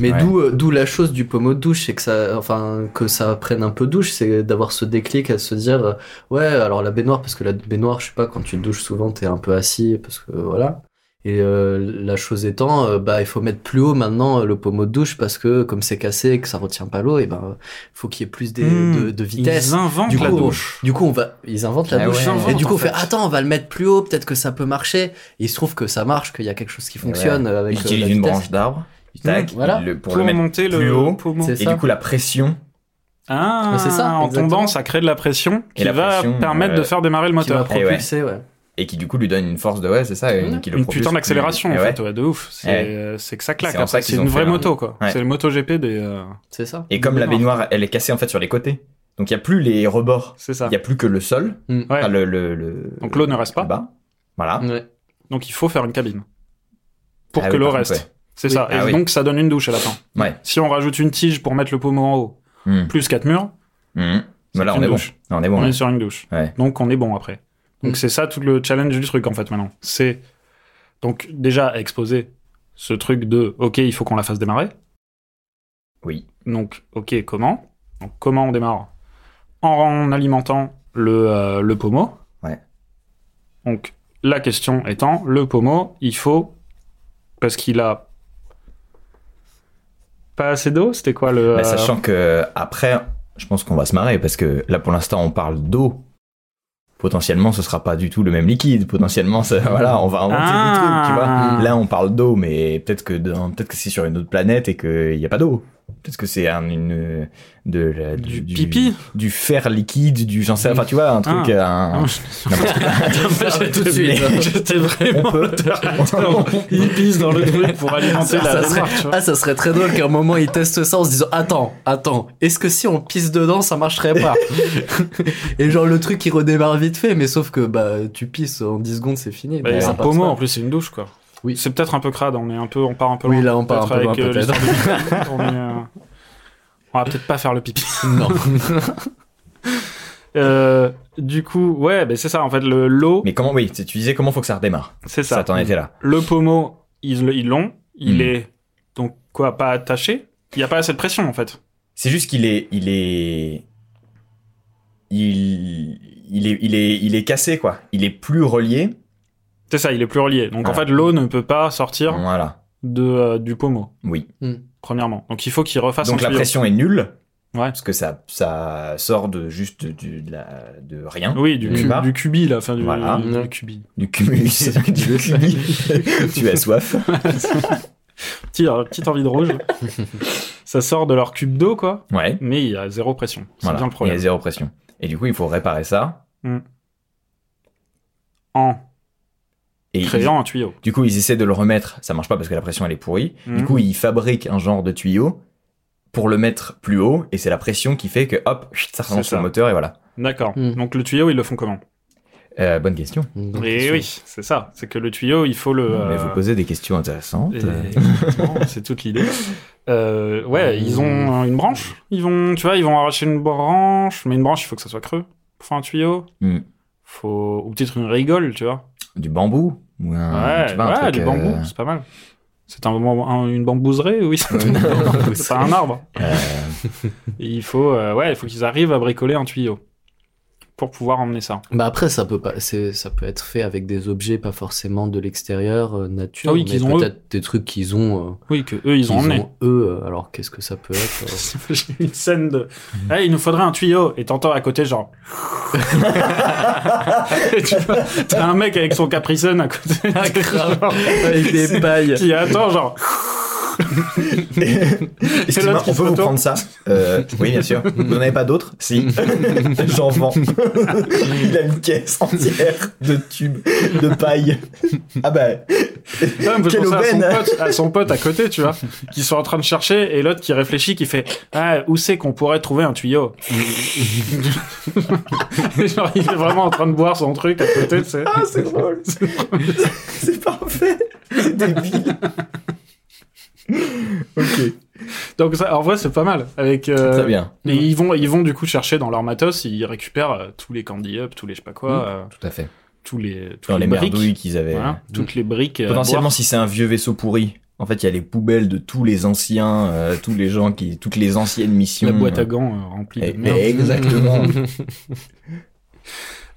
Mais
Ouais.
d'où, euh, d'où la chose du pommeau de douche, c'est que ça, enfin, que ça prenne un peu douche, c'est d'avoir ce déclic à se dire, euh, ouais, alors la baignoire, parce que la baignoire, je sais pas, quand tu te douches souvent, t'es un peu assis, parce que euh, voilà. Et euh, la chose étant, euh, bah, il faut mettre plus haut maintenant euh, le pommeau de douche parce que comme c'est cassé et que ça retient pas l'eau, et ben, faut qu'il y ait plus des-
Mmh.
Hmm.
de, de vitesse.
Ils inventent
Du
la
coup,
douche.
Du coup, on va, ils inventent la
Ah
douche.
ouais.
Et du
en
coup, on fait,
fait.
attends, on va le mettre plus haut, peut-être que ça peut marcher. Et il se trouve que ça marche, qu'il y a quelque chose qui fonctionne euh, avec
Il
euh,
utilise
la
une
vitesse. Hum,
branche d'arbre. Tac,
voilà.
il le- pour,
Pour,
le mettre.
monter le
plus haut,
pommeau.
c'est
Et
ça.
du coup, la pression.
Ah,
Ouais, c'est ça,
en
exactement.
tombant, ça crée de la pression qui
Et la
va
pression,
permettre
euh,
de faire démarrer le
Qui va
moteur.
Et ouais.
propulser, ouais.
Et qui, du coup, lui donne une force de, ouais, c'est ça. Une, qui le
Une
propulse
putain
plus-
d'accélération, en
Et ouais.
fait, ouais, de ouf. C'est
Ouais.
euh, c'est que ça claque.
C'est en
après.
ça qu'ils
C'est
ont
une
fait
vraie
leur-
moto, quoi.
Ouais.
C'est le MotoGP des. euh,
C'est ça.
Et comme la baignoire, elle est cassée, en fait, sur les côtés. Donc, il n'y a plus les rebords.
C'est ça.
Il n'y a plus que le sol.
Hmm.
Ouais.
Enfin, le, le, le-
Donc, l'eau ne reste pas.
le bas. Voilà.
Ouais.
Donc, il faut faire une cabine. Pour
Ah
que
oui,
l'eau
par contre,
reste. C'est
Oui.
ça.
Ah
et
oui.
donc, ça donne une douche à la fin.
Ouais.
Si on rajoute une tige pour mettre le pommeau en haut,
ouais. Hmm.
plus quatre murs, Mhm.
Hmm. Voilà,
une
on est, bon.
douche.
on est bon.
on
là.
est sur une douche.
Ouais. Hmm.
Donc on est bon après. Donc
Mm.
c'est ça tout le challenge du truc en fait maintenant. C'est donc déjà exposer ce truc de ok il faut qu'on la fasse démarrer.
Oui.
Donc ok comment Donc comment on démarre en, en alimentant le, euh, le pommeau.
Ouais.
Donc la question étant le pommeau il faut parce qu'il a pas assez d'eau c'était quoi le
Bah,
euh,
sachant que après, je pense qu'on va se marrer parce que là pour l'instant on parle d'eau. Potentiellement, ce sera pas du tout le même liquide. Potentiellement, ça- voilà, on va inventer des trucs, tu
Ah.
vois. Là, on parle d'eau, mais peut-être que dans- peut-être que c'est sur une autre planète et qu'il n'y a pas d'eau. Peut-être que c'est un, une de la-
du, pipi Ah.
du fer liquide, du j'en sais, enfin tu vois, un truc. Un,
tout de suite.
J'étais vraiment.
on peut.
Il pisse dans le truc pour alimenter
Ça,
la
ça
démarche. tu vois.
Ah, ça serait très drôle qu'à un moment ils testent ça en se disant Attends, attends, est-ce que si on pisse dedans ça marcherait pas Et genre le truc il redémarre vite fait, mais sauf que bah tu pisses en 10 secondes c'est fini.
Bah,
Bon,
c'est
ça
un
passe
pommeau
pas.
en plus, c'est une douche quoi.
ben, Oui.
C'est peut-être un peu crade, on est un peu, on part un peu
Oui,
loin.
là, on part un peu loin,
avec, euh,
peut-être.
l'histoire du pipi, on, est, euh, on va peut-être pas faire le pipi.
Non.
Euh, du coup, ouais, bah, c'est ça en fait. Le lot,
Mais comment, oui, tu tu disais comment faut que ça redémarre.
c'est
Ça,
ça.
t'en étais là.
Le pommeau, ils le- ils l'ont. Il
Mm.
est donc quoi, pas attaché. Il y a pas assez de pression en fait.
C'est juste qu'il est, il est, il, il est, il est, il est cassé quoi. Il est plus relié.
C'est ça, il est plus relié. Donc en
Voilà.
fait, l'eau ne peut pas sortir
Voilà.
de euh, du pommeau.
Oui.
Premièrement, donc il faut qu'il refasse
Donc
un
la
tuyau.
pression est nulle.
Ouais.
Parce que ça, ça sort de juste du, de, la, de rien.
Oui, du,
Du
cu-
bar.
du cubi, là, enfin, du,
Voilà.
du cubi.
Du cumulus. du cumulus. tu as soif.
Petit- euh, petite envie de rouge. ça sort de leur cube d'eau, quoi,
Ouais.
mais il y a zéro pression. C'est
Voilà.
bien le
Il y
problème.
a zéro pression. Et du coup, il faut réparer ça.
En
Et ils-
créant un tuyau.
du coup, ils essaient de le remettre. Ça marche pas parce que la pression elle est pourrie. Du
Mhm.
coup, ils fabriquent un genre de tuyau pour le mettre plus haut. Et c'est la pression qui fait que hop, chut, ça relance
C'est ça.
le moteur et voilà.
D'accord.
Mm.
Donc le tuyau, ils le font comment
Euh, bonne question.
Donc,
Et
c'est-
oui, c'est ça. C'est que le tuyau, il faut le.
Mais
euh,
vous posez euh. des questions intéressantes.
et- Exactement, c'est toute l'idée. Euh, ouais, ils ont euh, une branche. Ils vont, tu vois, ils vont arracher une branche, mais une branche, il faut que ça soit creux pour faire un tuyau.
Mm.
Faut ou peut-être une rigole, tu vois.
Du bambou ou un,
Ouais,
tu vois, un
ouais,
truc,
du
euh,
bambou, c'est pas mal. C'est un, un- une bambouserie, oui. c'est un arbre.
euh,
Et il faut, euh, ouais, il faut qu'ils arrivent à bricoler un tuyau. pour pouvoir emmener ça.
Bah après, ça peut pas, c'est, ça peut être fait avec des objets pas forcément de l'extérieur, euh, nature,
Ah oui,
mais
qu'ils ont
peut-être des trucs qu'ils ont, euh,
Oui, que eux, ils
qu'ils
ont emmené.
eux. euh, Alors qu'est-ce que ça peut être euh,
J'ai une scène de Eh, il nous faudrait un tuyau et t'entends à côté genre Et tu vois, t'as un mec avec son capricène à côté
Ah, grave.
genre,
Avec des
C'est-
pailles.
qui attend genre
Excusez-moi,
qui
on
se
peut vous
retourne.
prendre ça Euh, Oui, bien sûr. Vous n'en avez pas d'autres Si. J'en vends. Il a une caisse entière de tubes de paille. Ah bah,
putain, je
Quelle
pensais à son,
aubaine.
pote, à son pote à côté tu vois qui sont en train de chercher et l'autre qui réfléchit qui fait ah où c'est qu'on pourrait trouver un tuyau genre il est vraiment en train de boire son truc à côté tu sais
ah, c'est drôle. C'est parfait. C'est débile. ok.
donc ça, en vrai c'est pas mal avec euh,
Très bien.
Et ils vont, ils vont du coup chercher dans leur matos, ils récupèrent euh, tous les candy up, tous les je sais pas quoi, euh,
Tout à fait.
tous les, tous
Dans Mm. les
briques,
merdouilles qu'ils avaient.
voilà, toutes les briques. euh,
Potentiellement,
boire.
si c'est un vieux vaisseau pourri, en fait, il y a les poubelles de tous les anciens, euh, tous les gens qui, toutes les anciennes missions.
la boîte
euh,
à gants euh, remplie
eh,
de merde.
eh, exactement. eh.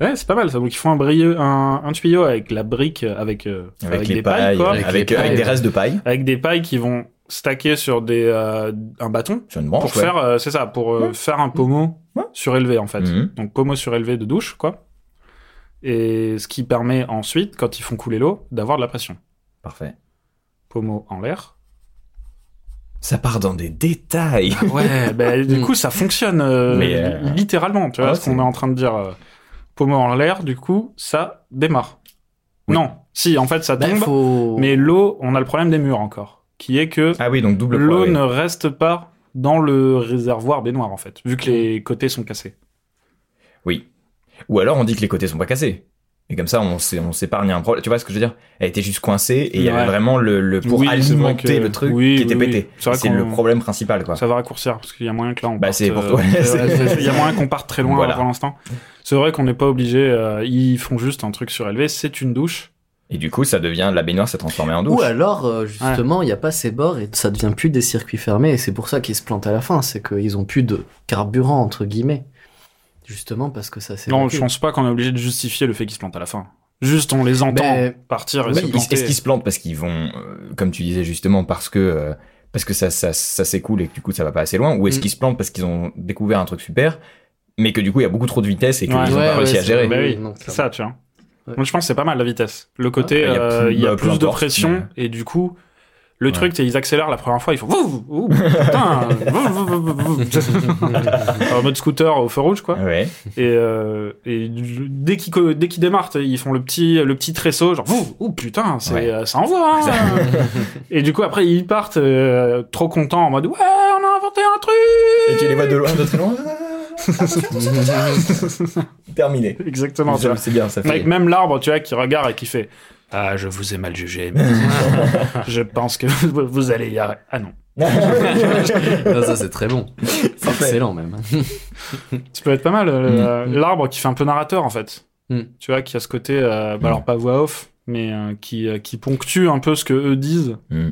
Ouais, c'est pas mal ça. Donc ils font un, brieux- un, un tuyau avec la brique, euh, avec euh,
avec,
avec
les
des
pailles,
pailles, quoi,
avec,
avec,
avec,
les pailles.
des restes de paille
des pailles qui vont stacker sur des euh, un bâton
sur une
pour
branche. ouais.
faire, euh, c'est ça, pour euh,
Ouais.
faire un pommeau
Ouais.
surélevé en fait.
Mhm.
Donc pommeau surélevé de douche, quoi. Et ce qui permet ensuite, quand ils font couler l'eau, d'avoir de la pression.
Parfait.
Pommeau en l'air.
Ça part dans des détails.
Ouais, ben, du
Mm.
coup, ça fonctionne euh,
Mais, euh,
li- littéralement. Tu vois
ouais,
ce qu'on
c'est-
est en train de dire. euh, pommeau en l'air, du coup, ça démarre.
Oui.
Non, si, en fait, ça
Bah,
tombe.
faut-
Mais l'eau, on a le problème des murs encore, qui est que
Ah oui, donc double poids,
l'eau
oui.
ne reste pas dans le réservoir baignoire, en fait, vu que les côtés sont cassés.
Oui. Ou alors on dit que les côtés sont pas cassés. Et comme ça, on s'é- on s'épargne un problème. Tu vois ce que je veux dire Elle était juste coincée et il y
Ouais.
avait vraiment le, le- pour
Oui, c'est vrai
alimenter
que-
le truc
oui,
qui était
oui, oui.
pété.
C'est vrai
C'est
qu'on-
le problème principal, quoi.
Ça va raccourcir, parce qu'il y a moyen que là, on
Bah,
parte,
c'est pour
euh,
toi.
Il y a moyen qu'on parte très loin
Voilà.
pour l'instant. C'est vrai qu'on n'est pas obligé. euh, ils font juste un truc surélevé. C'est une douche.
Et du coup, ça devient la baignoire s'est transformée en douche.
Ou alors, euh, justement, il n'y a pas ces bords et ça devient plus des circuits fermés et c'est pour ça qu'ils se plantent à la fin, c'est qu'ils ont plus de carburant, entre guillemets. Justement parce que ça s'est
Non, je pense pas qu'on est obligé de justifier le fait qu'ils se plantent à la fin. Juste, on les entend
Mais-
partir et
Oui,
se
ils-
planter.
Est-ce qu'ils se plantent parce qu'ils vont, euh, comme tu disais justement, parce que euh, parce que ça ça, ça s'écoule et que du coup ça va pas assez loin, ou est-ce
Mm.
qu'ils se plantent parce qu'ils ont découvert un truc super, mais que du coup il y a beaucoup trop de vitesse et qu'ils
Ouais.
ont pas réussi à gérer.
Bah oui,
non,
C'est ça, tu vois.
Ouais.
Moi, je pense que c'est pas mal la vitesse. Le côté,
Ouais, il y a
euh,
plus-
il y a
bah,
plus,
peu
de
importe,
pression et du coup, le
Ouais.
truc, c'est ils accélèrent la première fois, ils font Ouh, ouh, putain, ouh, ouh, ouh, ouh, ouh. en mode scooter au feu rouge, quoi.
Ouais.
Et, euh, et du- dès qu'ils co- dès qu'ils démarrent, t'sais, ils font le petit le petit tresseau, genre ouh, ouh, putain, c'est
Ouais.
euh, ça envoie. hein. et du coup, après, ils partent euh, trop contents en mode ouais, on a inventé un truc.
Et tu les vois de loin, de très loin. Terminé.
Exactement. tu vois.
C'est bien, ça fait.
Avec même l'arbre, tu vois, qui regarde et qui fait Ah, je vous ai mal jugé, mais je pense que vous vous allez y arriver. Ah non.
Non, ça c'est très bon. C'est
Parfait.
excellent même. hein.
Ça peut être pas mal, euh,
Mm.
l'arbre qui fait un peu narrateur, en fait.
Mm.
Tu vois, qui a ce côté, euh,
Mm.
bah, alors pas voix off, mais euh, qui, euh, qui ponctue un peu ce que eux disent.
Mm.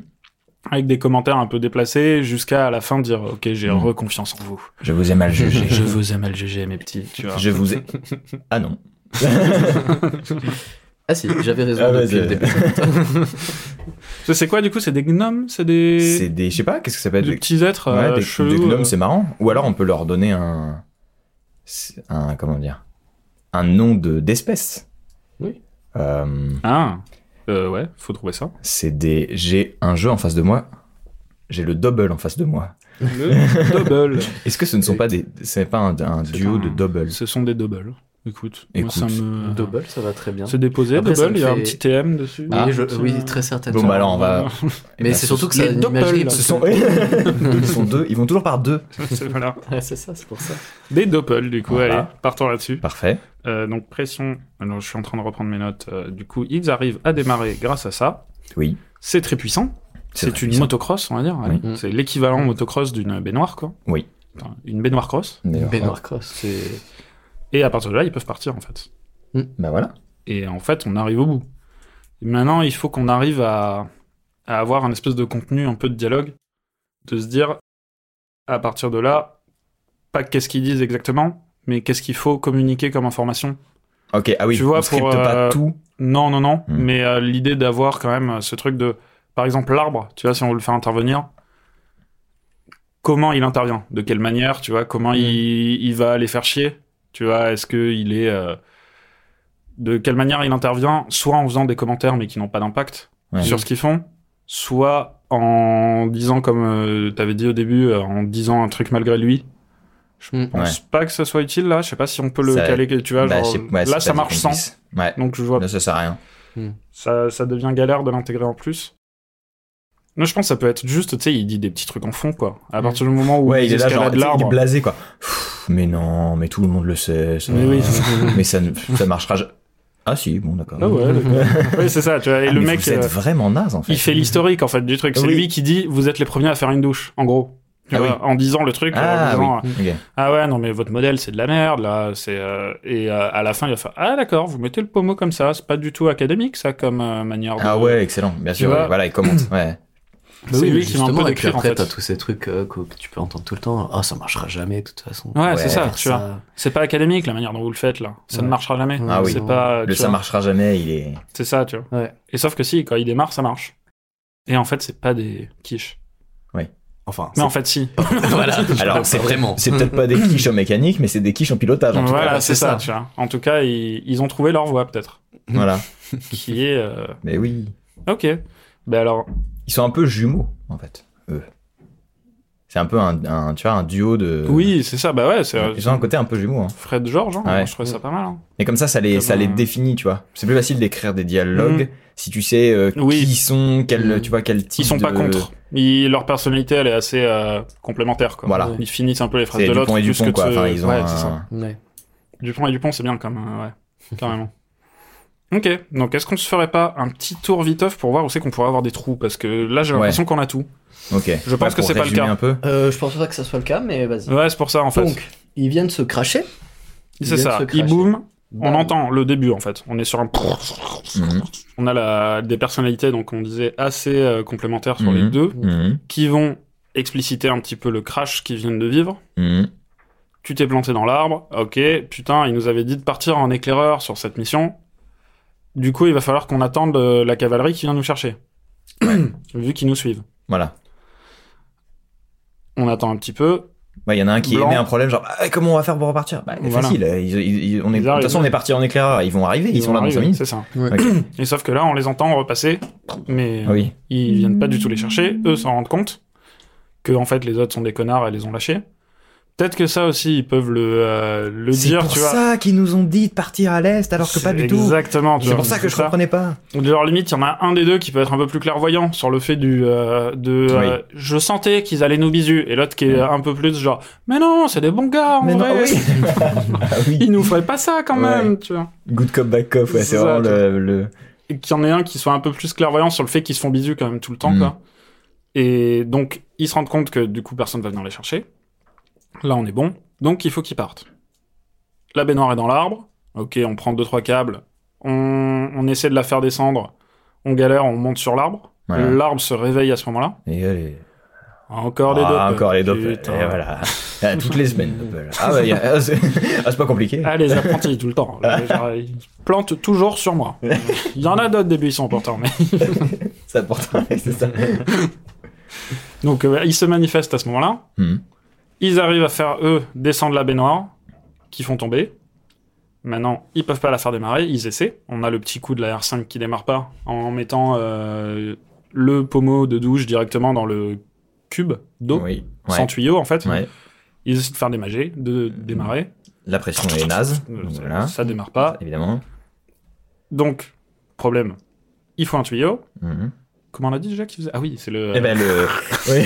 Avec des commentaires un peu déplacés, jusqu'à à la fin dire Ok, j'ai
Mm.
reconfiance en vous.
Je vous ai mal jugé.
Je vous ai mal jugé, mes petits. Tu vois.
Je vous ai. Ah non.
Ah si, j'avais raison
Ah,
depuis
vas-y.
le début.
Ça, C'est quoi, du coup C'est des gnomes C'est des...
C'est des. Je sais pas, qu'est-ce que ça peut être
des petits êtres
Ouais,
euh,
des,
chelous,
des gnomes,
euh.
c'est marrant. Ou alors on peut leur donner un, c'est un comment dire, un nom de d'espèce.
Oui.
Euh,
Ah Euh, Ouais, faut trouver ça.
c'est des. J'ai un jeu en face de moi. J'ai le double en face de moi.
Le double.
Est-ce que ce ne sont pas des. C'est pas un, un duo
un-
de doubles.
Ce sont des doubles. Écoute,
Écoute.
moi ça me.
Double, ça va très bien.
C'est déposé,
Après, ça
double,
me
il y a un
fait-
petit TM dessus.
Oui, je- oui, très certainement.
Bon bah alors Ah, on va. eh
Mais
ben,
c'est
ce-
surtout que ça a
les
une
double,
imagerie.
là.
Ce sont. ils sont deux. Ils vont toujours par deux.
C'est- voilà.
Ouais, c'est ça, c'est pour ça.
Des doubles, du coup,
Voilà.
allez, partons là-dessus.
Parfait.
Euh, donc, pression. Alors, je suis en train de reprendre mes notes. Euh, du coup, ils arrivent à démarrer grâce à ça.
Oui.
C'est très puissant. C'est
très
une
puissant.
motocross, on va dire. allez.
Oui.
C'est l'équivalent motocross d'une baignoire, quoi.
Oui.
Enfin, une baignoire cross.
D'ailleurs,
Benoît Cross, c'est.
Bah Et à partir de là, ils peuvent partir, en fait.
ouais. Bah voilà.
Et en fait, on arrive au bout. Maintenant, il faut qu'on arrive à, à avoir un espèce de contenu, un peu de dialogue, de se dire, à partir de là, pas qu'est-ce qu'ils disent exactement, mais qu'est-ce qu'il faut communiquer comme information
Ok, ah oui,
Tu vois,
on scripte
pour,
pas
euh,
tout.
Non, non, non,
Hmm.
mais euh, l'idée d'avoir quand même euh, ce truc de, par exemple, l'arbre, tu vois, si on veut le fait intervenir, comment il intervient De quelle manière, tu vois Comment il,
Hmm.
il va les faire chier Tu vois, est-ce qu'il est... euh, de quelle manière il intervient Soit en faisant des commentaires mais qui n'ont pas d'impact
Ouais.
sur ce qu'ils font, soit en disant, comme euh, t'avais dit au début, euh, en disant un truc malgré lui. Je
Hmm.
pense pas que ça soit utile là, je sais pas si on peut le
Ça-
caler, tu vois,
Bah,
genre,
je sais- ouais, c'est
là
pas
ça
dit
marche
qu'on
sans.
puisse. Ouais,
Donc je vois
là, ça sert à rien.
ça, ça devient galère de l'intégrer en plus. Moi, je pense que ça peut être juste, tu sais, il dit des petits trucs en fond, quoi. À partir du moment où
Mm. Ouais, il est là, genre,
escalade
tu sais, il est
l'arbre.
blasé, quoi. Pff, mais non, mais tout le monde le sait. Ça,
Mais oui, c'est-
mais ça, ne- ça marchera. ja- Ah si, bon, d'accord.
Ah ouais, d'accord. Ouais, c'est ça, tu vois. Et
Ah,
le
mais
mec,
vous êtes
euh,
vraiment naze, en fait.
il fait l'historique, en fait, du truc. C'est
Oui.
lui qui dit, vous êtes les premiers à faire une douche, en gros. Tu
Ah
vois,
oui.
en disant le truc, en
Ah
disant, euh,
oui, ok.
ah ouais, non, mais votre modèle, c'est de la merde, là, c'est, euh, et euh, à la fin, il va faire, ah d'accord, vous mettez le pommeau comme ça, c'est pas du tout académique, ça, comme euh, manière de...
Ah ouais, excellent, bien sûr.
vois-
ouais, Voilà, il commente. Ouais.
C'est lui qui va un
justement,
peu
et puis
décrire, en
après,
fait.
t'as tous ces trucs euh, que, que tu peux entendre tout le temps. Ah, ça marchera jamais, de toute façon.
Ouais,
Ouais,
c'est
Eh,
ça, tu vois.
Ça-
C'est pas académique, la manière dont vous le faites, là. Ça ne
Ouais.
marchera jamais.
Ah oui.
C'est pas,
Le
tu
ça
vois.
marchera jamais, il est.
C'est ça, tu vois.
Ouais.
Et sauf que si, quand il démarre, ça marche. Et en fait, c'est pas des quiches.
Enfin,
Mais en fait, si.
voilà.
Alors, c'est
vraiment.
C'est peut-être pas des quiches en mécanique, mais c'est des quiches en pilotage, en tout cas.
voilà, c'est
c'est
ça,
ça.
tu vois. En tout cas, ils, ils ont trouvé leur voie, peut-être.
Voilà.
Qui est. euh,
Mais oui.
Ok. Ben alors.
Ils sont un peu jumeaux, en fait, eux. C'est un peu un, un- tu vois, un duo de.
Oui, c'est ça, bah ouais, c'est euh,
Ils ont un côté un peu jumeau. Hein.
Fred George, hein.
Ouais.
Moi, je trouvais ça pas mal. hein.
Mais comme ça, ça les,
Comme
ça les
un- Mhm.
définit, tu vois. C'est plus facile d'écrire des dialogues si tu sais euh,
Oui.
qui ils sont, quel,
Mhm.
tu vois, quel type
Ils sont pas
de-
contre. Ils- leur personnalité, elle est assez euh, complémentaire, quoi.
Voilà.
Ils finissent un peu les phrases
C'est
de
du
l'autre.
pont et du
plus que
pont,
de
quoi.
se-
Enfin, ils ont
ouais,
un-
c'est ça.
Ouais.
Dupont et Dupont, c'est bien quand même, euh, ouais, carrément. Ok, donc est-ce qu'on se ferait pas un petit tour viteuf pour voir où c'est qu'on pourrait avoir des trous Parce que là, j'ai
Ouais.
l'impression qu'on a tout.
Ok.
Je
Ouais,
pense que
pour
c'est pas le
résumer
cas.
Un peu.
Euh, je pense pas que ça soit le cas, mais vas-y.
Ouais, c'est pour ça en fait.
Donc, ils viennent se cracher. ils
c'est
viennent
ça.
se
Il
cracher.
boom, on
Bam.
entend le début en fait. On est sur un.
Mhm.
On a la... des personnalités, donc on disait assez euh, complémentaires sur les
Mhm.
deux,
Mhm.
qui vont expliciter un petit peu le crash qu'ils viennent de vivre.
Mhm.
Tu t'es planté dans l'arbre, ok, putain, il nous avait dit de partir en éclaireur sur cette mission. Du coup, il va falloir qu'on attende euh, la cavalerie qui vient nous chercher. Vu qu'ils nous suivent.
Voilà.
On attend un petit peu.
Ouais, il y en a un qui
Blanc.
émet un problème, genre, Ah, comment on va faire pour repartir Bah, c'est
Voilà.
facile. euh, ils- ils- ils- on est,
Ils
de toute façon,
arrivent.
on est parti en éclaireur. Ils vont arriver, ils,
vont
sont là dans
arriver,
5 minutes.
C'est ça.
Ouais.
Ok.
Et sauf que là, on les entend repasser, mais
Ah oui.
ils viennent pas du tout les chercher. Eux s'en rendent compte que en fait les autres sont des connards et les ont lâchés. Peut-être que ça aussi, ils peuvent le, euh, le
C'est
dire,
pour
tu vois.
ça qu'ils nous ont dit de partir à l'est alors que pas
C'est
du tout.
Exactement. tu
C'est
vois,
pour ça que je comprenais pas.
De leur limite, il y en a un des deux qui peut être un peu plus clairvoyant sur le fait du euh, de euh, je sentais qu'ils allaient nous bisu et l'autre qui est
Ouais.
un peu plus genre mais non, c'est des bons gars en
Mais non,
vrai.
ah oui. Ah oui.
Ils nous feraient pas ça quand
Ouais.
même, tu vois.
Good cop, bad cop, ouais,
C'est
c'est
ça,
vraiment
tu
le, le-
et qu'il y en ait un qui soit un peu plus clairvoyant sur le fait qu'ils se font bisous quand même tout le temps,
Mm.
quoi. Et donc, ils se rendent compte que du coup, personne va venir les chercher. Là, on est bon. Donc, il faut qu'ils partent. La baignoire est dans l'arbre. Ok, on prend deux, trois câbles. On, on essaie de la faire descendre. On galère, on monte sur l'arbre.
Voilà.
L'arbre se réveille à ce moment-là.
Et allez.
Encore des
Ah,
dopes.
encore les dopes.
Putain.
Et voilà. Ah, Toutes les semaines, dopes. Ah, bah, y a- ah, c'est ah, c'est pas compliqué.
Ah, les apprentis, tout le temps. Genre, Ils plantent toujours sur moi. Il y en a d'autres des buissons pourtant, mais.
Ça porte, ouais, c'est ça.
Donc, euh, ils se manifestent à ce moment-là.
Hmm.
Ils arrivent à faire, eux, descendre la baignoire, qui font tomber. Maintenant, ils peuvent pas la faire démarrer, ils essaient. On a le petit coup de la R5 qui démarre pas, en mettant euh, le pommeau de douche directement dans le cube d'eau,
Oui.
sans
Ouais.
tuyau en fait.
Ouais.
Ils essaient de faire démager, de démarrer.
La pression est naze.
Euh,
Donc,
ça-
Voilà. Ah,
Ça démarre pas.
Évidemment.
Donc, problème, il faut un tuyau.
Mhm.
Comment on a dit déjà qu'ils faisaient Ah oui, c'est le...
Eh ben, le. Oui.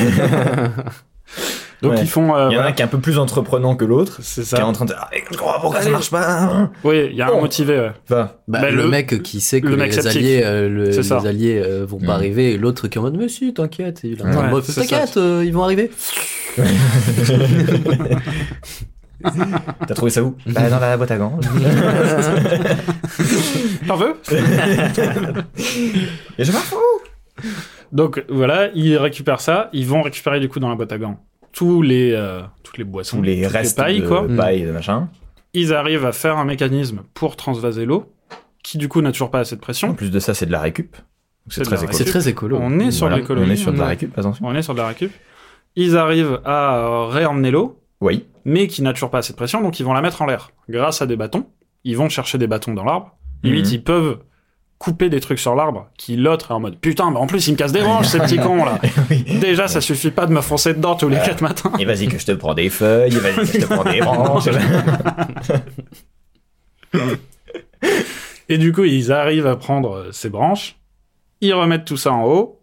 Donc
ouais.
ils font... euh,
Il y en a
voilà.
un qui est un peu plus entreprenant que l'autre,
C'est
qui est
ça.
en train de dire, Ah, je comprends pas pourquoi ça
Allez.
marche pas. hein
Oui, il y a un
Bon.
motivé. ouais.
Enfin,
Bah,
Bah,
le,
le-
mec qui sait que
le mec
les
sceptique.
alliés, euh, le-
C'est ça.
les alliés euh, vont
Mm.
pas arriver, et l'autre qui est en mode, mais si, t'inquiète, et il est en
Ouais,
mode, Bon,
c'est ça.
t'inquiète, euh, ils vont arriver.
t'as trouvé ça où Bah, dans la boîte à gants.
T'en veux
Et je m'en fous.
Donc voilà, ils récupèrent ça, ils vont récupérer du coup dans la boîte à gants tous les Hmm. euh, toutes les boissons,
Tous les
toutes
restes
pailles
de
quoi.
paille, de machin.
ils arrivent à faire un mécanisme pour transvaser l'eau, qui du coup n'a toujours pas assez de
En
pression.
plus de ça, c'est de la récup. Donc
C'est
C'est
de
très
la
écolo.
C'est très écolo.
On est sur hein.
Voilà,
l'écologie.
On est sur de la
ouais.
récup, attention.
On est sur de la récup. Ils arrivent à euh, réemmener l'eau,
Oui.
mais qui n'a toujours pas assez de pression, donc ils vont la mettre en l'air. Grâce à des bâtons, ils vont chercher des bâtons dans l'arbre. Limite,
Mhm.
ils peuvent couper des trucs sur l'arbre qui l'autre est en mode putain mais en plus il me casse des branches ces petits cons là déjà ça suffit pas de me foncer dedans tous les
Ouais.
quatre matins
Et vas-y que je te prends des feuilles, et vas-y que je te prends des branches.
et du coup ils arrivent à prendre euh, ces branches ils remettent tout ça en haut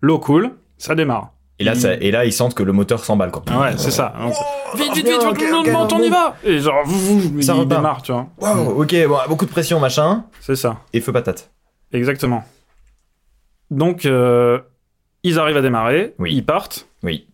l'eau coule ça démarre
Et là, ça- et là, ils sentent que le moteur s'emballe quoi.
ouais c'est ça Donc, vite vite vite
Oh, ok,
monte, monte,
ok,
monte, on y va et genre vous, vous,
Ça
il
repart.
démarre tu vois
Wow, ok, bon, beaucoup de pression, machin.
c'est ça
Et feu patate.
Exactement. Donc, euh, ils arrivent à démarrer,
Oui.
ils partent,
Oui.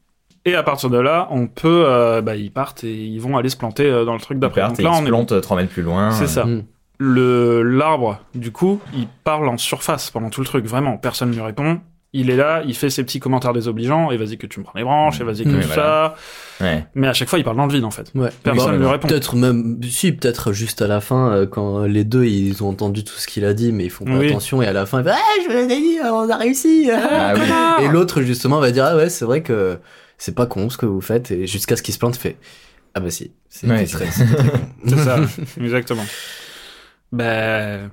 et à partir de là, on peut. euh, bah, ils partent et ils vont aller se planter euh, dans le truc d'après.
D'après,
Donc
ils
là,
se
on est.
plantent 3 euh, mètres plus loin.
C'est ça.
Mm.
Le l'arbre, du coup, il parle en surface pendant tout le truc. Vraiment, personne ne lui répond. Il est là, il fait ses petits commentaires désobligeants. Et vas-y que tu me prends les branches, et vas-y que
Mm.
tout
Oui, voilà.
ça.
Ouais.
Mais à chaque fois, il parle dans le vide, en fait.
Ouais.
Personne ne
voilà.
lui répond.
Peut-être même, si, peut-être juste à la fin, euh, quand les deux ils ont entendu tout ce qu'il a dit, mais ils font pas
Oui.
attention, et à la fin, ils font, ah, je vous ai dit, on a réussi! hein.
Ah oui.
Et l'autre, justement, va dire, ah ouais, c'est vrai que c'est pas con ce que vous faites, et jusqu'à ce qu'il se plante, il fait, ah bah si, c'est
Ouais,
très-
C'est ça, exactement. Ben.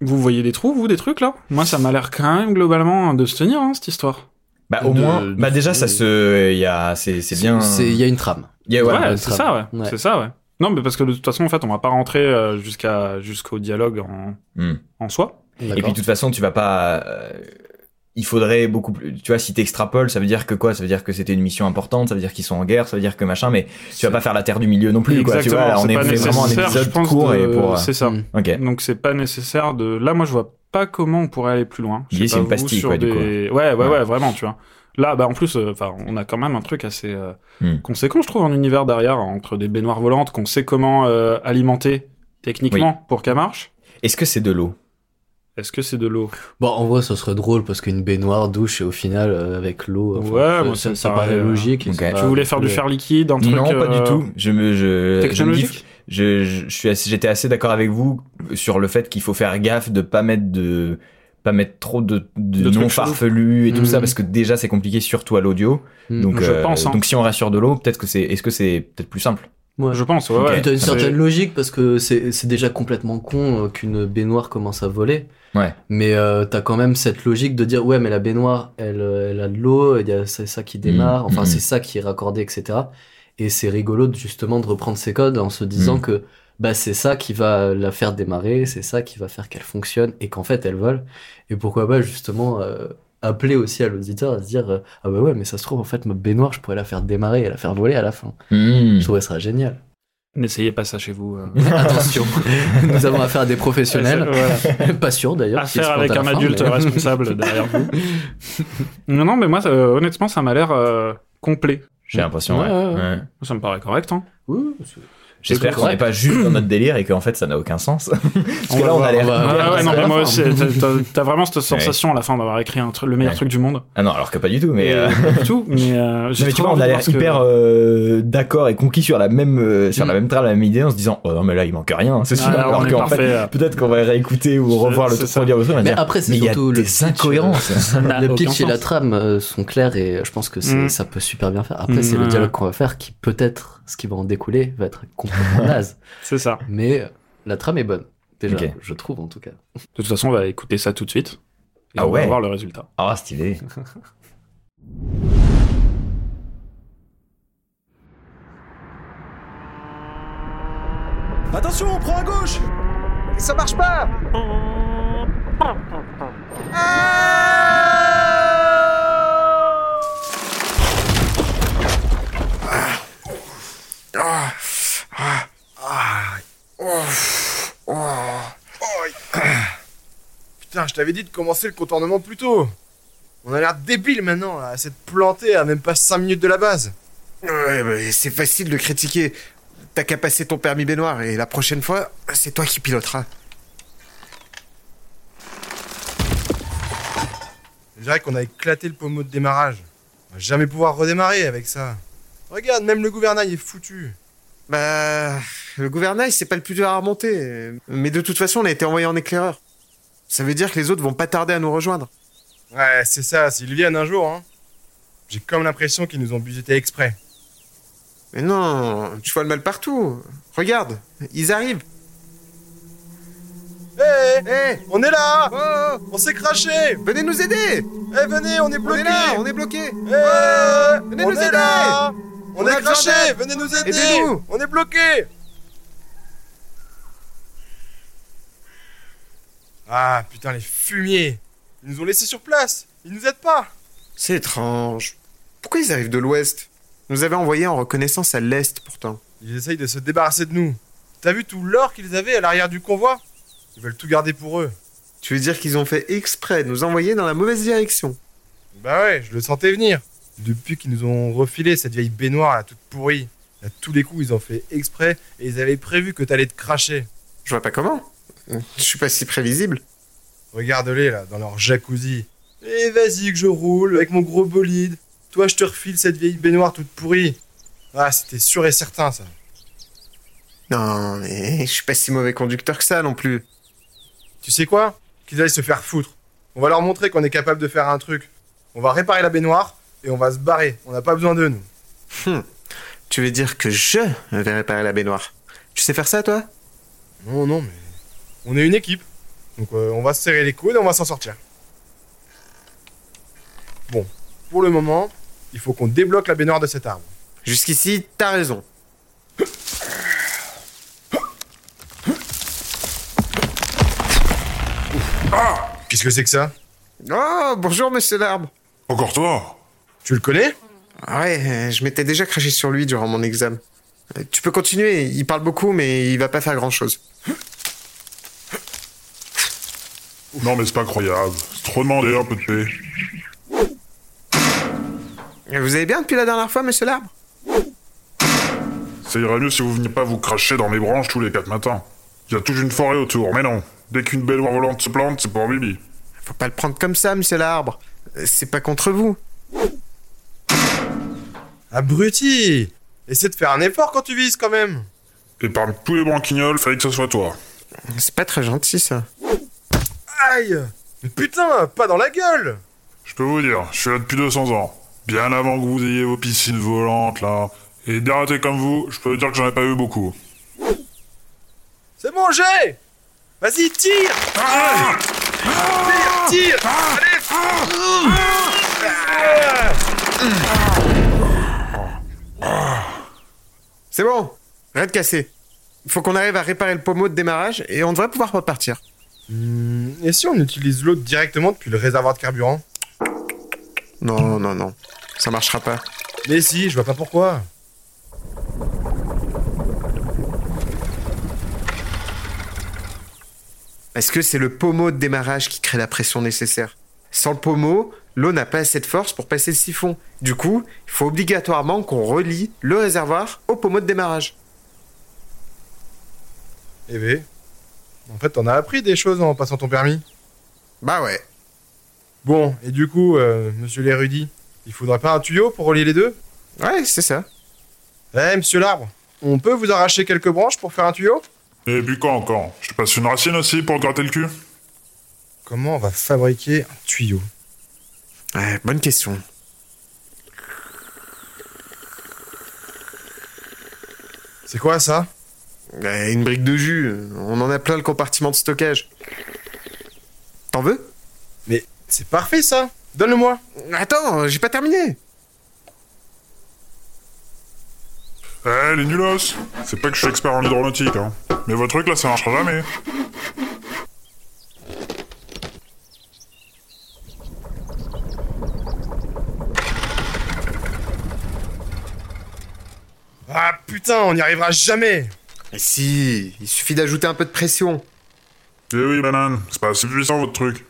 Vous voyez des trous, vous, des trucs là Moi, ça m'a l'air quand même globalement de se tenir, hein, cette histoire.
Bah au
De-
moins,
de-
bah déjà ça se, il y a, c'est c'est bien.
c'est- Il y a une trame.
il y a-
Ouais,
voilà.
le
c'est
trame.
ça, ouais.
Ouais.
C'est ça, ouais. Non, mais parce que de toute façon, en fait, on va pas rentrer euh, jusqu'à jusqu'au dialogue en,
Hmm.
en soi.
Et puis
D'accord.
de toute façon, tu vas pas. euh, il faudrait beaucoup plus. Tu vois, si t'extrapoles, ça veut dire que quoi Ça veut dire que c'était une mission importante. Ça veut dire qu'ils sont en guerre. Ça veut dire que machin. Mais tu vas pas faire la terre du milieu non plus. Quoi, tu vois, là, on
c'est
est,
pas
fait vraiment un
nécessaire, je
épisode
pense.
court
de-
et pour. euh,
C'est ça.
Mm.
Ok.
Donc, c'est pas nécessaire de. Là, moi, je vois pas comment on pourrait aller plus loin. Je
L'idée, c'est
sais pas
une
vous,
pastille,
sur
quoi, du coup.
des- Ouais, ouais, ouais,
Ouais.
vraiment, tu vois. Là, bah, en plus, enfin, on a quand même un truc assez euh,
Hmm.
conséquent, je trouve, en univers derrière, entre des baignoires volantes qu'on sait comment euh, alimenter techniquement pour qu'elles marchent.
Est-ce que c'est de l'eau
Est-ce que c'est de l'eau
Bon, en vrai, ça serait drôle parce qu'une baignoire douche et au final, euh, avec l'eau, enfin,
Ouais,
ça-
moi, ça
ça,
me
ça
paraît,
paraît
euh,
logique. et
ok.
c'est
Tu
pas
Tu voulais
non
faire
plus,
du fer liquide, un truc.
Euh, Non, pas
euh,
du tout. Je me, je,
Technologique
je, je, je suis assez, j'étais assez d'accord avec vous sur le fait qu'il faut faire gaffe de pas mettre de pas mettre trop de, de,
De trucs Hmm.
non farfelus et tout
Mhm.
ça parce que déjà c'est compliqué surtout à l'audio.
Mhm.
Donc euh,
Je pense, hein.
donc si on rassure de l'eau, peut-être que c'est est-ce que c'est peut-être plus simple.
Ouais.
Je pense, ouais.
Ok.
ouais.
Puis t'as une
C'est-
certaine logique parce que c'est c'est déjà complètement con euh, qu'une baignoire commence à voler.
Ouais.
Mais euh, t'as quand même cette logique de dire ouais mais la baignoire elle, euh, elle a de l'eau, il y a- c'est ça qui démarre,
Mhm.
enfin
Mhm.
c'est ça qui est raccordé etc. Et c'est rigolo de, justement de reprendre ces codes en se disant
Mhm.
que bah c'est ça qui va la faire démarrer, c'est ça qui va faire qu'elle fonctionne et qu'en fait elle vole. Et pourquoi pas justement euh, appeler aussi à l'auditeur à se dire euh, ah bah ouais mais ça se trouve en fait ma baignoire je pourrais la faire démarrer et la faire voler à la fin.
Mmh.
Je trouverais ça génial.
N'essayez pas ça chez vous. euh.
Attention, nous avons affaire à des professionnels.
Voilà.
Pas sûr d'ailleurs. qu'ils
Affaire
se
avec
plantent à la
un
fin,
adulte
mais-
responsable derrière vous. Non, non, mais moi, ça- euh, honnêtement, ça m'a l'air euh, complet.
J'ai l'impression. Ouais.
Ouais, ouais, ouais.
ouais.
Ça me paraît correct. Hein.
Ouh,
J'espère
C'est
qu'on n'est
correct.
pas juste dans notre délire et qu'en fait ça n'a aucun sens. Parce
On
que
va
là on
voir,
a l'air.
on
Ah,
va- Ah,
ouais,
ouais,
non,
ça
mais
va
moi
pas.
aussi, t'as- t'as- t'as vraiment cette sensation à la fin d'avoir écrit un tru- le meilleur
Ouais.
truc du monde.
Ah non alors que pas du tout mais. euh,
Du tout, mais euh, j'ai
Non, mais tu
trop
vois, on
envie
a
de
l'air
voir ce que-
hyper euh, d'accord et conquis sur la même euh, sur
Mm.
la même trame, la même idée, en se disant oh non mais là il manque rien, c'est sûr.
Ah, là, on
Alors
est
qu'en
parfait,
fait,
là.
peut-être qu'on va réécouter ou
C'est-
revoir le
c'est
truc
ça.
pour dire aux autres, on va
Mais
dire
après,
mais
c'est
il y a
surtout le
des
pitch, euh,
incohérences.
Le pitch et la
trappe.
trame euh, sont clairs et je pense que c'est-
Mm.
ça peut super bien faire. Après, c'est
Mm.
le dialogue qu'on va faire qui peut-être, ce qui va en découler, va être complètement naze.
C'est ça.
Mais euh, la trame est bonne. Déjà,
Ok.
je trouve en tout cas.
De toute façon, on va écouter ça tout de suite. Et
Ah
on
ouais.
va voir le résultat.
Ah stylé.
Attention, on prend à gauche Ça marche pas Ah
Putain, je t'avais dit de commencer le contournement plus tôt. On a l'air débile maintenant, là, à s'être planté à même pas 5 minutes de la base.
Ouais, mais c'est facile de critiquer. T'as qu'à passer ton permis baignoire et la prochaine fois, c'est toi qui piloteras.
Je dirais qu'on a éclaté le pommeau de démarrage. On va jamais pouvoir redémarrer avec ça. Regarde, même le gouvernail est foutu.
Bah. Le gouvernail, c'est pas le plus dur à remonter. euh, Mais de toute façon, on a été envoyé en éclaireur. Ça veut dire que les autres vont pas tarder à nous rejoindre.
Ouais, c'est ça, s'ils viennent un jour, hein. J'ai comme l'impression qu'ils nous ont budgété exprès.
Mais non, tu vois le mal partout. Regarde, ils arrivent.
Hé, hé,
Hé,
Eh, on est là
oh,
On s'est craché
venez nous aider
Eh, venez, on est
On
bloqués
est là, on est bloqués
Eh, on
Venez nous
est
aider.
là On,
On a
est
besoin
craché
d'aide.
Venez nous aider
Aidez-nous.
On est bloqués Ah, putain, les fumiers Ils nous ont laissés sur place Ils nous aident pas
C'est étrange. Pourquoi ils arrivent de l'ouest Nous avaient envoyés en reconnaissance à l'est pourtant.
Ils essayent de se débarrasser de nous. T'as vu tout l'or qu'ils avaient à l'arrière du convoi Ils veulent tout garder pour eux.
Tu veux dire qu'ils ont fait exprès de nous envoyer dans la mauvaise direction
Bah ouais, je le sentais venir. Depuis qu'ils nous ont refilé cette vieille baignoire là, toute pourrie, à tous les coups ils ont fait exprès et ils avaient prévu que t'allais te cracher.
Je vois pas comment. Je suis pas si prévisible.
Regarde-les là, dans leur jacuzzi. Et vas-y que je roule avec mon gros bolide. Toi je te refile cette vieille baignoire toute pourrie. Ah, c'était sûr et certain ça.
Non, mais je suis pas si mauvais conducteur que ça non plus.
Tu sais quoi Qu'ils aillent se faire foutre. On va leur montrer qu'on est capable de faire un truc. On va réparer la baignoire et on va se barrer. On n'a pas besoin d'eux nous.
Tu veux dire que je vais réparer la baignoire Tu sais faire ça, toi
Non, non, mais on est une équipe. Donc euh, on va se serrer les coudes et on va s'en sortir. Bon, pour le moment, il faut qu'on débloque la baignoire de cet arbre.
Jusqu'ici, t'as raison.
Qu'est-ce que c'est que ça
Oh, bonjour, monsieur l'arbre.
Encore toi
Tu le connais
Ah ouais, euh, je m'étais déjà craché sur lui durant mon examen. Euh, Tu peux continuer, il parle beaucoup, mais il va pas faire grand-chose.
Non mais c'est pas croyable. C'est trop demandé un peu de paix.
Euh, Vous allez bien depuis la dernière fois, monsieur l'arbre
Ça irait mieux si vous veniez pas vous cracher dans mes branches tous les quatre matins. Il y a toute une forêt autour, mais non. Dès qu'une baignoire volante se plante, c'est pour Bibi.
Faut pas le prendre comme ça, monsieur l'arbre. Euh, C'est pas contre vous.
Abruti Essaie de faire un effort quand tu vises quand même
Et parmi tous les branquignoles, fallait que ce soit toi.
C'est pas très gentil, ça.
Aïe Mais putain, pas dans la gueule
Je peux vous dire, je suis là depuis 200 ans. Bien avant que vous ayez vos piscines volantes, là. Et d'arrêter comme vous, je peux vous dire que j'en ai pas eu beaucoup.
C'est bon, j'ai Vas-y, tire Ah Tire, tire Allez Ah
C'est bon, rien de cassé. Faut qu'on arrive à réparer le pommeau de démarrage et on devrait pouvoir repartir.
Hmm, Et si on utilise l'eau directement depuis le réservoir de carburant
Non, non, non. Ça marchera pas.
Mais si, je vois pas pourquoi.
Parce que c'est le pommeau de démarrage qui crée la pression nécessaire. Sans le pommeau, l'eau n'a pas assez de force pour passer le siphon. Du coup, il faut obligatoirement qu'on relie le réservoir au pommeau de démarrage.
Eh ben, en fait, t'en as appris des choses en passant ton permis.
Bah ouais.
Bon, et du coup, euh, monsieur l'érudit, il faudrait pas un tuyau pour relier les deux
Ouais, c'est ça.
Eh, monsieur l'arbre, on peut vous arracher quelques branches pour faire un tuyau
Et puis quand encore Je te passe une racine aussi pour te gratter le cul
Comment on va fabriquer un tuyau
Ouais, bonne question.
C'est quoi ça
Ouais, une brique de jus, on en a plein le compartiment de stockage. T'en veux
C'est parfait ça Donne-le-moi
Attends, j'ai pas terminé.
Eh les nulos C'est pas que je suis expert en hydronautique, hein. Mais votre truc là, ça marchera jamais.
Ah putain, on n'y arrivera jamais
Mais si, il suffit d'ajouter un peu de pression.
Eh oui, banane, c'est pas assez puissant votre truc.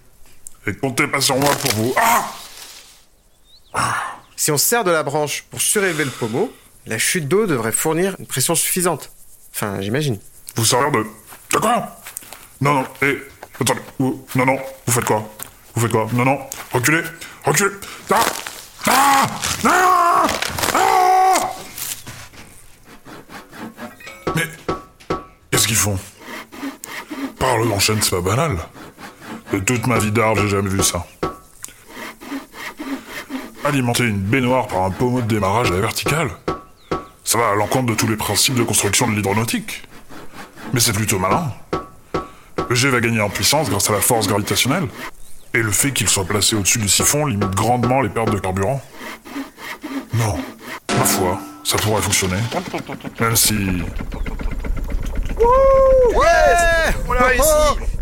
Et comptez pas sur moi pour vous. Ah
Si on se sert de la branche pour surélever le pommeau, la chute d'eau devrait fournir une pression suffisante. Enfin, j'imagine.
Vous servir de. De quoi Non, non, eh. Attendez, vous- Non, non, vous faites quoi Vous faites quoi Non, non, reculez Reculez Ah Ah Ah Ah Mais. enchaîne, c'est pas banal. De toute ma vie d'arbre, j'ai jamais vu ça. Alimenter une baignoire par un pommeau de démarrage à la verticale, ça va à l'encontre de tous les principes de construction de l'hydronautique. Mais c'est plutôt malin. Le jet va gagner en puissance grâce à la force gravitationnelle. Et le fait qu'il soit placé au-dessus du siphon limite grandement les pertes de carburant. Non, ma foi, ça pourrait fonctionner. Même si
Ouais On l'a
réussi.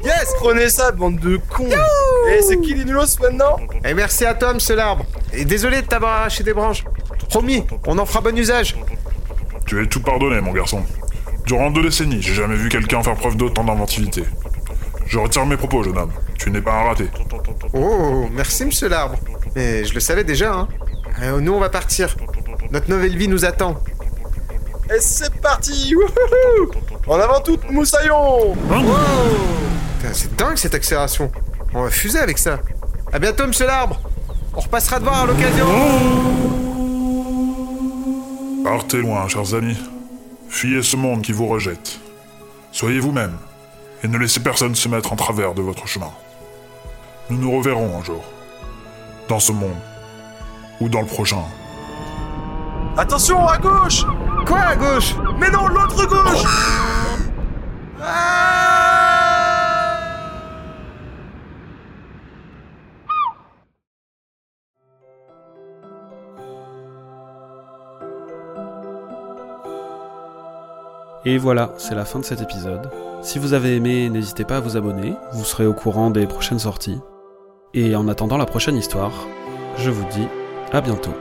Yes Prenez ça, bande de cons Et c'est qui les nulos maintenant
Et Eh, merci à Tom, ce l'arbre. Et désolé de t'avoir arraché des branches. Promis, on en fera bon usage.
Tu es tout pardonné, mon garçon. Durant deux décennies, j'ai jamais vu quelqu'un faire preuve d'autant d'inventivité. Je retire mes propos, jeune homme. Tu n'es pas un raté.
Oh, merci, monsieur l'arbre. Mais je le savais déjà, hein. Euh, nous, on va partir. Notre nouvelle vie nous attend.
Et c'est parti Wouhou En avant tout, moussaillon
Putain, C'est dingue cette accélération. On va fuser avec ça. À bientôt, monsieur l'arbre. On repassera de voir à l'occasion.
Partez loin, chers amis. Fuyez ce monde qui vous rejette. Soyez vous-même, et ne laissez personne se mettre en travers de votre chemin. Nous nous reverrons un jour. Dans ce monde. Ou dans le prochain.
Attention, à gauche
Quoi à gauche Oh.
Mais non, l'autre gauche Ah
Et voilà, c'est la fin de cet épisode. Si vous avez aimé, n'hésitez pas à vous abonner, vous serez au courant des prochaines sorties. Et en attendant la prochaine histoire, je vous dis à bientôt.